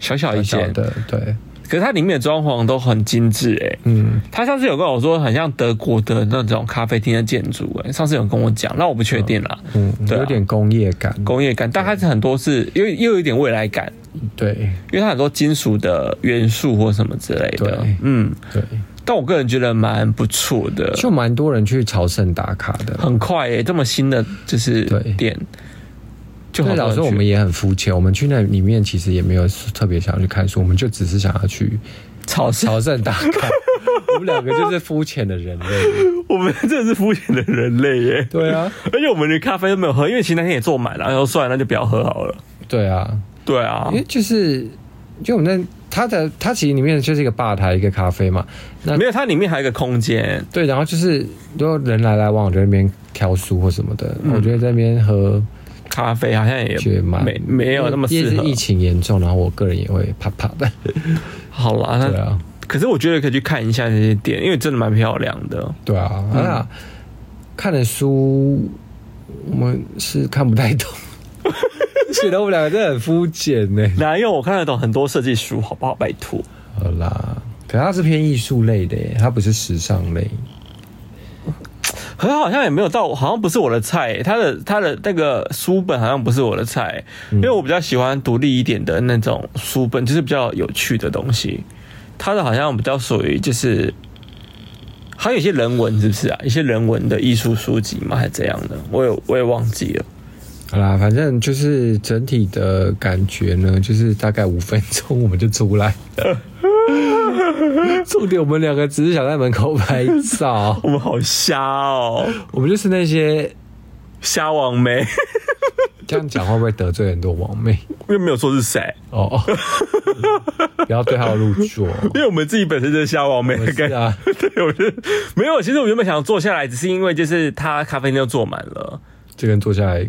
Speaker 1: 小小一
Speaker 3: 小
Speaker 1: 间
Speaker 3: 小，的，对，
Speaker 1: 可是它里面的装潢都很精致哎、
Speaker 3: 嗯，
Speaker 1: 他上次有跟我说，很像德国的那种咖啡厅的建筑哎、上次有跟我讲，那我不确定啦，
Speaker 3: 嗯，
Speaker 1: 对啊
Speaker 3: 有点工业感，
Speaker 1: 工业感，但它是很多是又又有一点未来感，
Speaker 3: 对
Speaker 1: 因为它很多金属的元素或什么之类的
Speaker 3: 对，
Speaker 1: 嗯。
Speaker 3: 对，
Speaker 1: 但我个人觉得蛮不错的，
Speaker 3: 就蛮多人去朝圣打卡的。
Speaker 1: 很快耶、这么新的就是
Speaker 3: 对
Speaker 1: 店，就
Speaker 3: 对，
Speaker 1: 好多
Speaker 3: 老
Speaker 1: 人
Speaker 3: 师，
Speaker 1: 去
Speaker 3: 我们也很肤浅，我们去那里面其实也没有特别想要去看书，我们就只是想要去
Speaker 1: 超
Speaker 3: 朝
Speaker 1: 超，
Speaker 3: 圣 打卡。我们两个就是肤浅的人类，
Speaker 1: 我们真的是肤浅的人类耶、
Speaker 3: 对啊，
Speaker 1: 而且我们连咖啡都没有喝，因为其实那天也坐满了，然后算了，那就不要喝好了。
Speaker 3: 对啊，
Speaker 1: 对啊
Speaker 3: 因，为就是，就我们那它的它其实里面就是一个吧台，一个咖啡嘛。那
Speaker 1: 没有它里面还有一个空间，
Speaker 3: 对，然后就是如果人来来往，往就在那边挑书或什么的，我觉得在那边喝
Speaker 1: 咖啡好像嗯也
Speaker 3: 觉得蛮
Speaker 1: 没没有那么
Speaker 3: 因为
Speaker 1: 适合
Speaker 3: 是疫。情严重，然后我个人也会怕怕的。
Speaker 1: 好啦，
Speaker 3: 对
Speaker 1: 那
Speaker 3: 啊，
Speaker 1: 可是我觉得可以去看一下这些店，因为真的蛮漂亮的。
Speaker 3: 对啊，哎
Speaker 1: 嗯
Speaker 3: 呀，看的书我们是看不太懂， 显得我们两个真的很肤浅呢。
Speaker 1: 哪有我看得懂很多设计书，好不好？拜托。
Speaker 3: 好啦，可它是偏艺术类的耶，它不是时尚类。
Speaker 1: 可是好像也没有到，好像不是我的菜、他的他的那个书本好像不是我的菜、因为我比较喜欢独立一点的那种书本，就是比较有趣的东西。他的好像比较属于就是，还有一些人文是不是啊？一些人文的艺术书籍嘛，还是怎样的？我也我也忘记了。
Speaker 3: 好啦，反正就是整体的感觉呢， 就是大概五分钟我们就出来了。 重点，我们两个只是想在门口拍 照，
Speaker 1: 我们好瞎哦，
Speaker 3: 我们就是那些
Speaker 1: 瞎网媒，
Speaker 3: 这样讲会不会得罪很多网妹？
Speaker 1: 又没有说是谁，
Speaker 3: 哦， 不要对号入 座。
Speaker 1: 因为我们自己本身就是瞎网媒的
Speaker 3: 是
Speaker 1: 概念。
Speaker 3: 啊，
Speaker 1: 对，我觉得没有。其实我原本想坐下来，只是因为就是他咖啡厅都坐满了。
Speaker 3: 这跟坐下来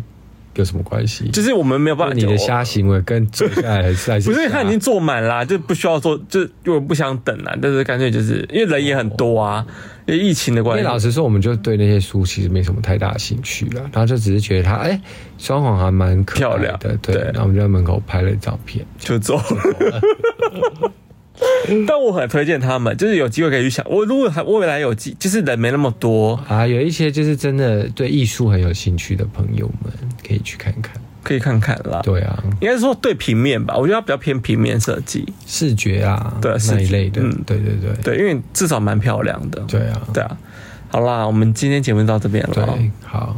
Speaker 3: 有什么关系？
Speaker 1: 就是我们没有办法
Speaker 3: 哦你的
Speaker 1: 就
Speaker 3: 瞎行为跟坐下来还是还是
Speaker 1: 不是因为
Speaker 3: 瞎
Speaker 1: 他已经坐满啦，就不需要坐，就因为我不想等啊啦，但是干脆就是因为人也很多啊，因为疫情的
Speaker 3: 因
Speaker 1: 关
Speaker 3: 为老
Speaker 1: 系。
Speaker 3: 实说，我们就对那些书其实没什么太大的兴趣了，然后就只是觉得它，哎、双簧还蛮可爱
Speaker 1: 漂
Speaker 3: 的，
Speaker 1: 亮
Speaker 3: 对。
Speaker 1: 对
Speaker 3: 然后我们就在门口拍了照片，
Speaker 1: 就走，但我很推荐他们，就是有机会可以去想。我如果还未来有机，就是人没那么多，
Speaker 3: 啊，有一些就是真的对艺术很有兴趣的朋友们可以去看看。
Speaker 1: 可以看看啦。
Speaker 3: 对啊，
Speaker 1: 应该是说对平面吧，我觉得它比较偏平面设计。
Speaker 3: 视觉啊，
Speaker 1: 对视
Speaker 3: 那一
Speaker 1: 觉
Speaker 3: 类的，
Speaker 1: 嗯
Speaker 3: 对对对
Speaker 1: 对，因为至少蛮漂亮的。
Speaker 3: 对啊，
Speaker 1: 对啊，好啦，我们今天节目就到这边了。
Speaker 3: 对，好，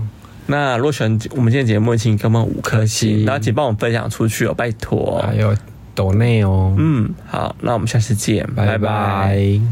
Speaker 1: 那如果喜欢我们今天节目，请给我们五颗
Speaker 3: 五颗
Speaker 1: 星，
Speaker 3: 星
Speaker 1: 然后请帮我们分享出去哦，
Speaker 3: 哎
Speaker 1: 拜托。嗯
Speaker 3: 还有抖内哦，
Speaker 1: 嗯，好，那我们下次见，
Speaker 3: 拜拜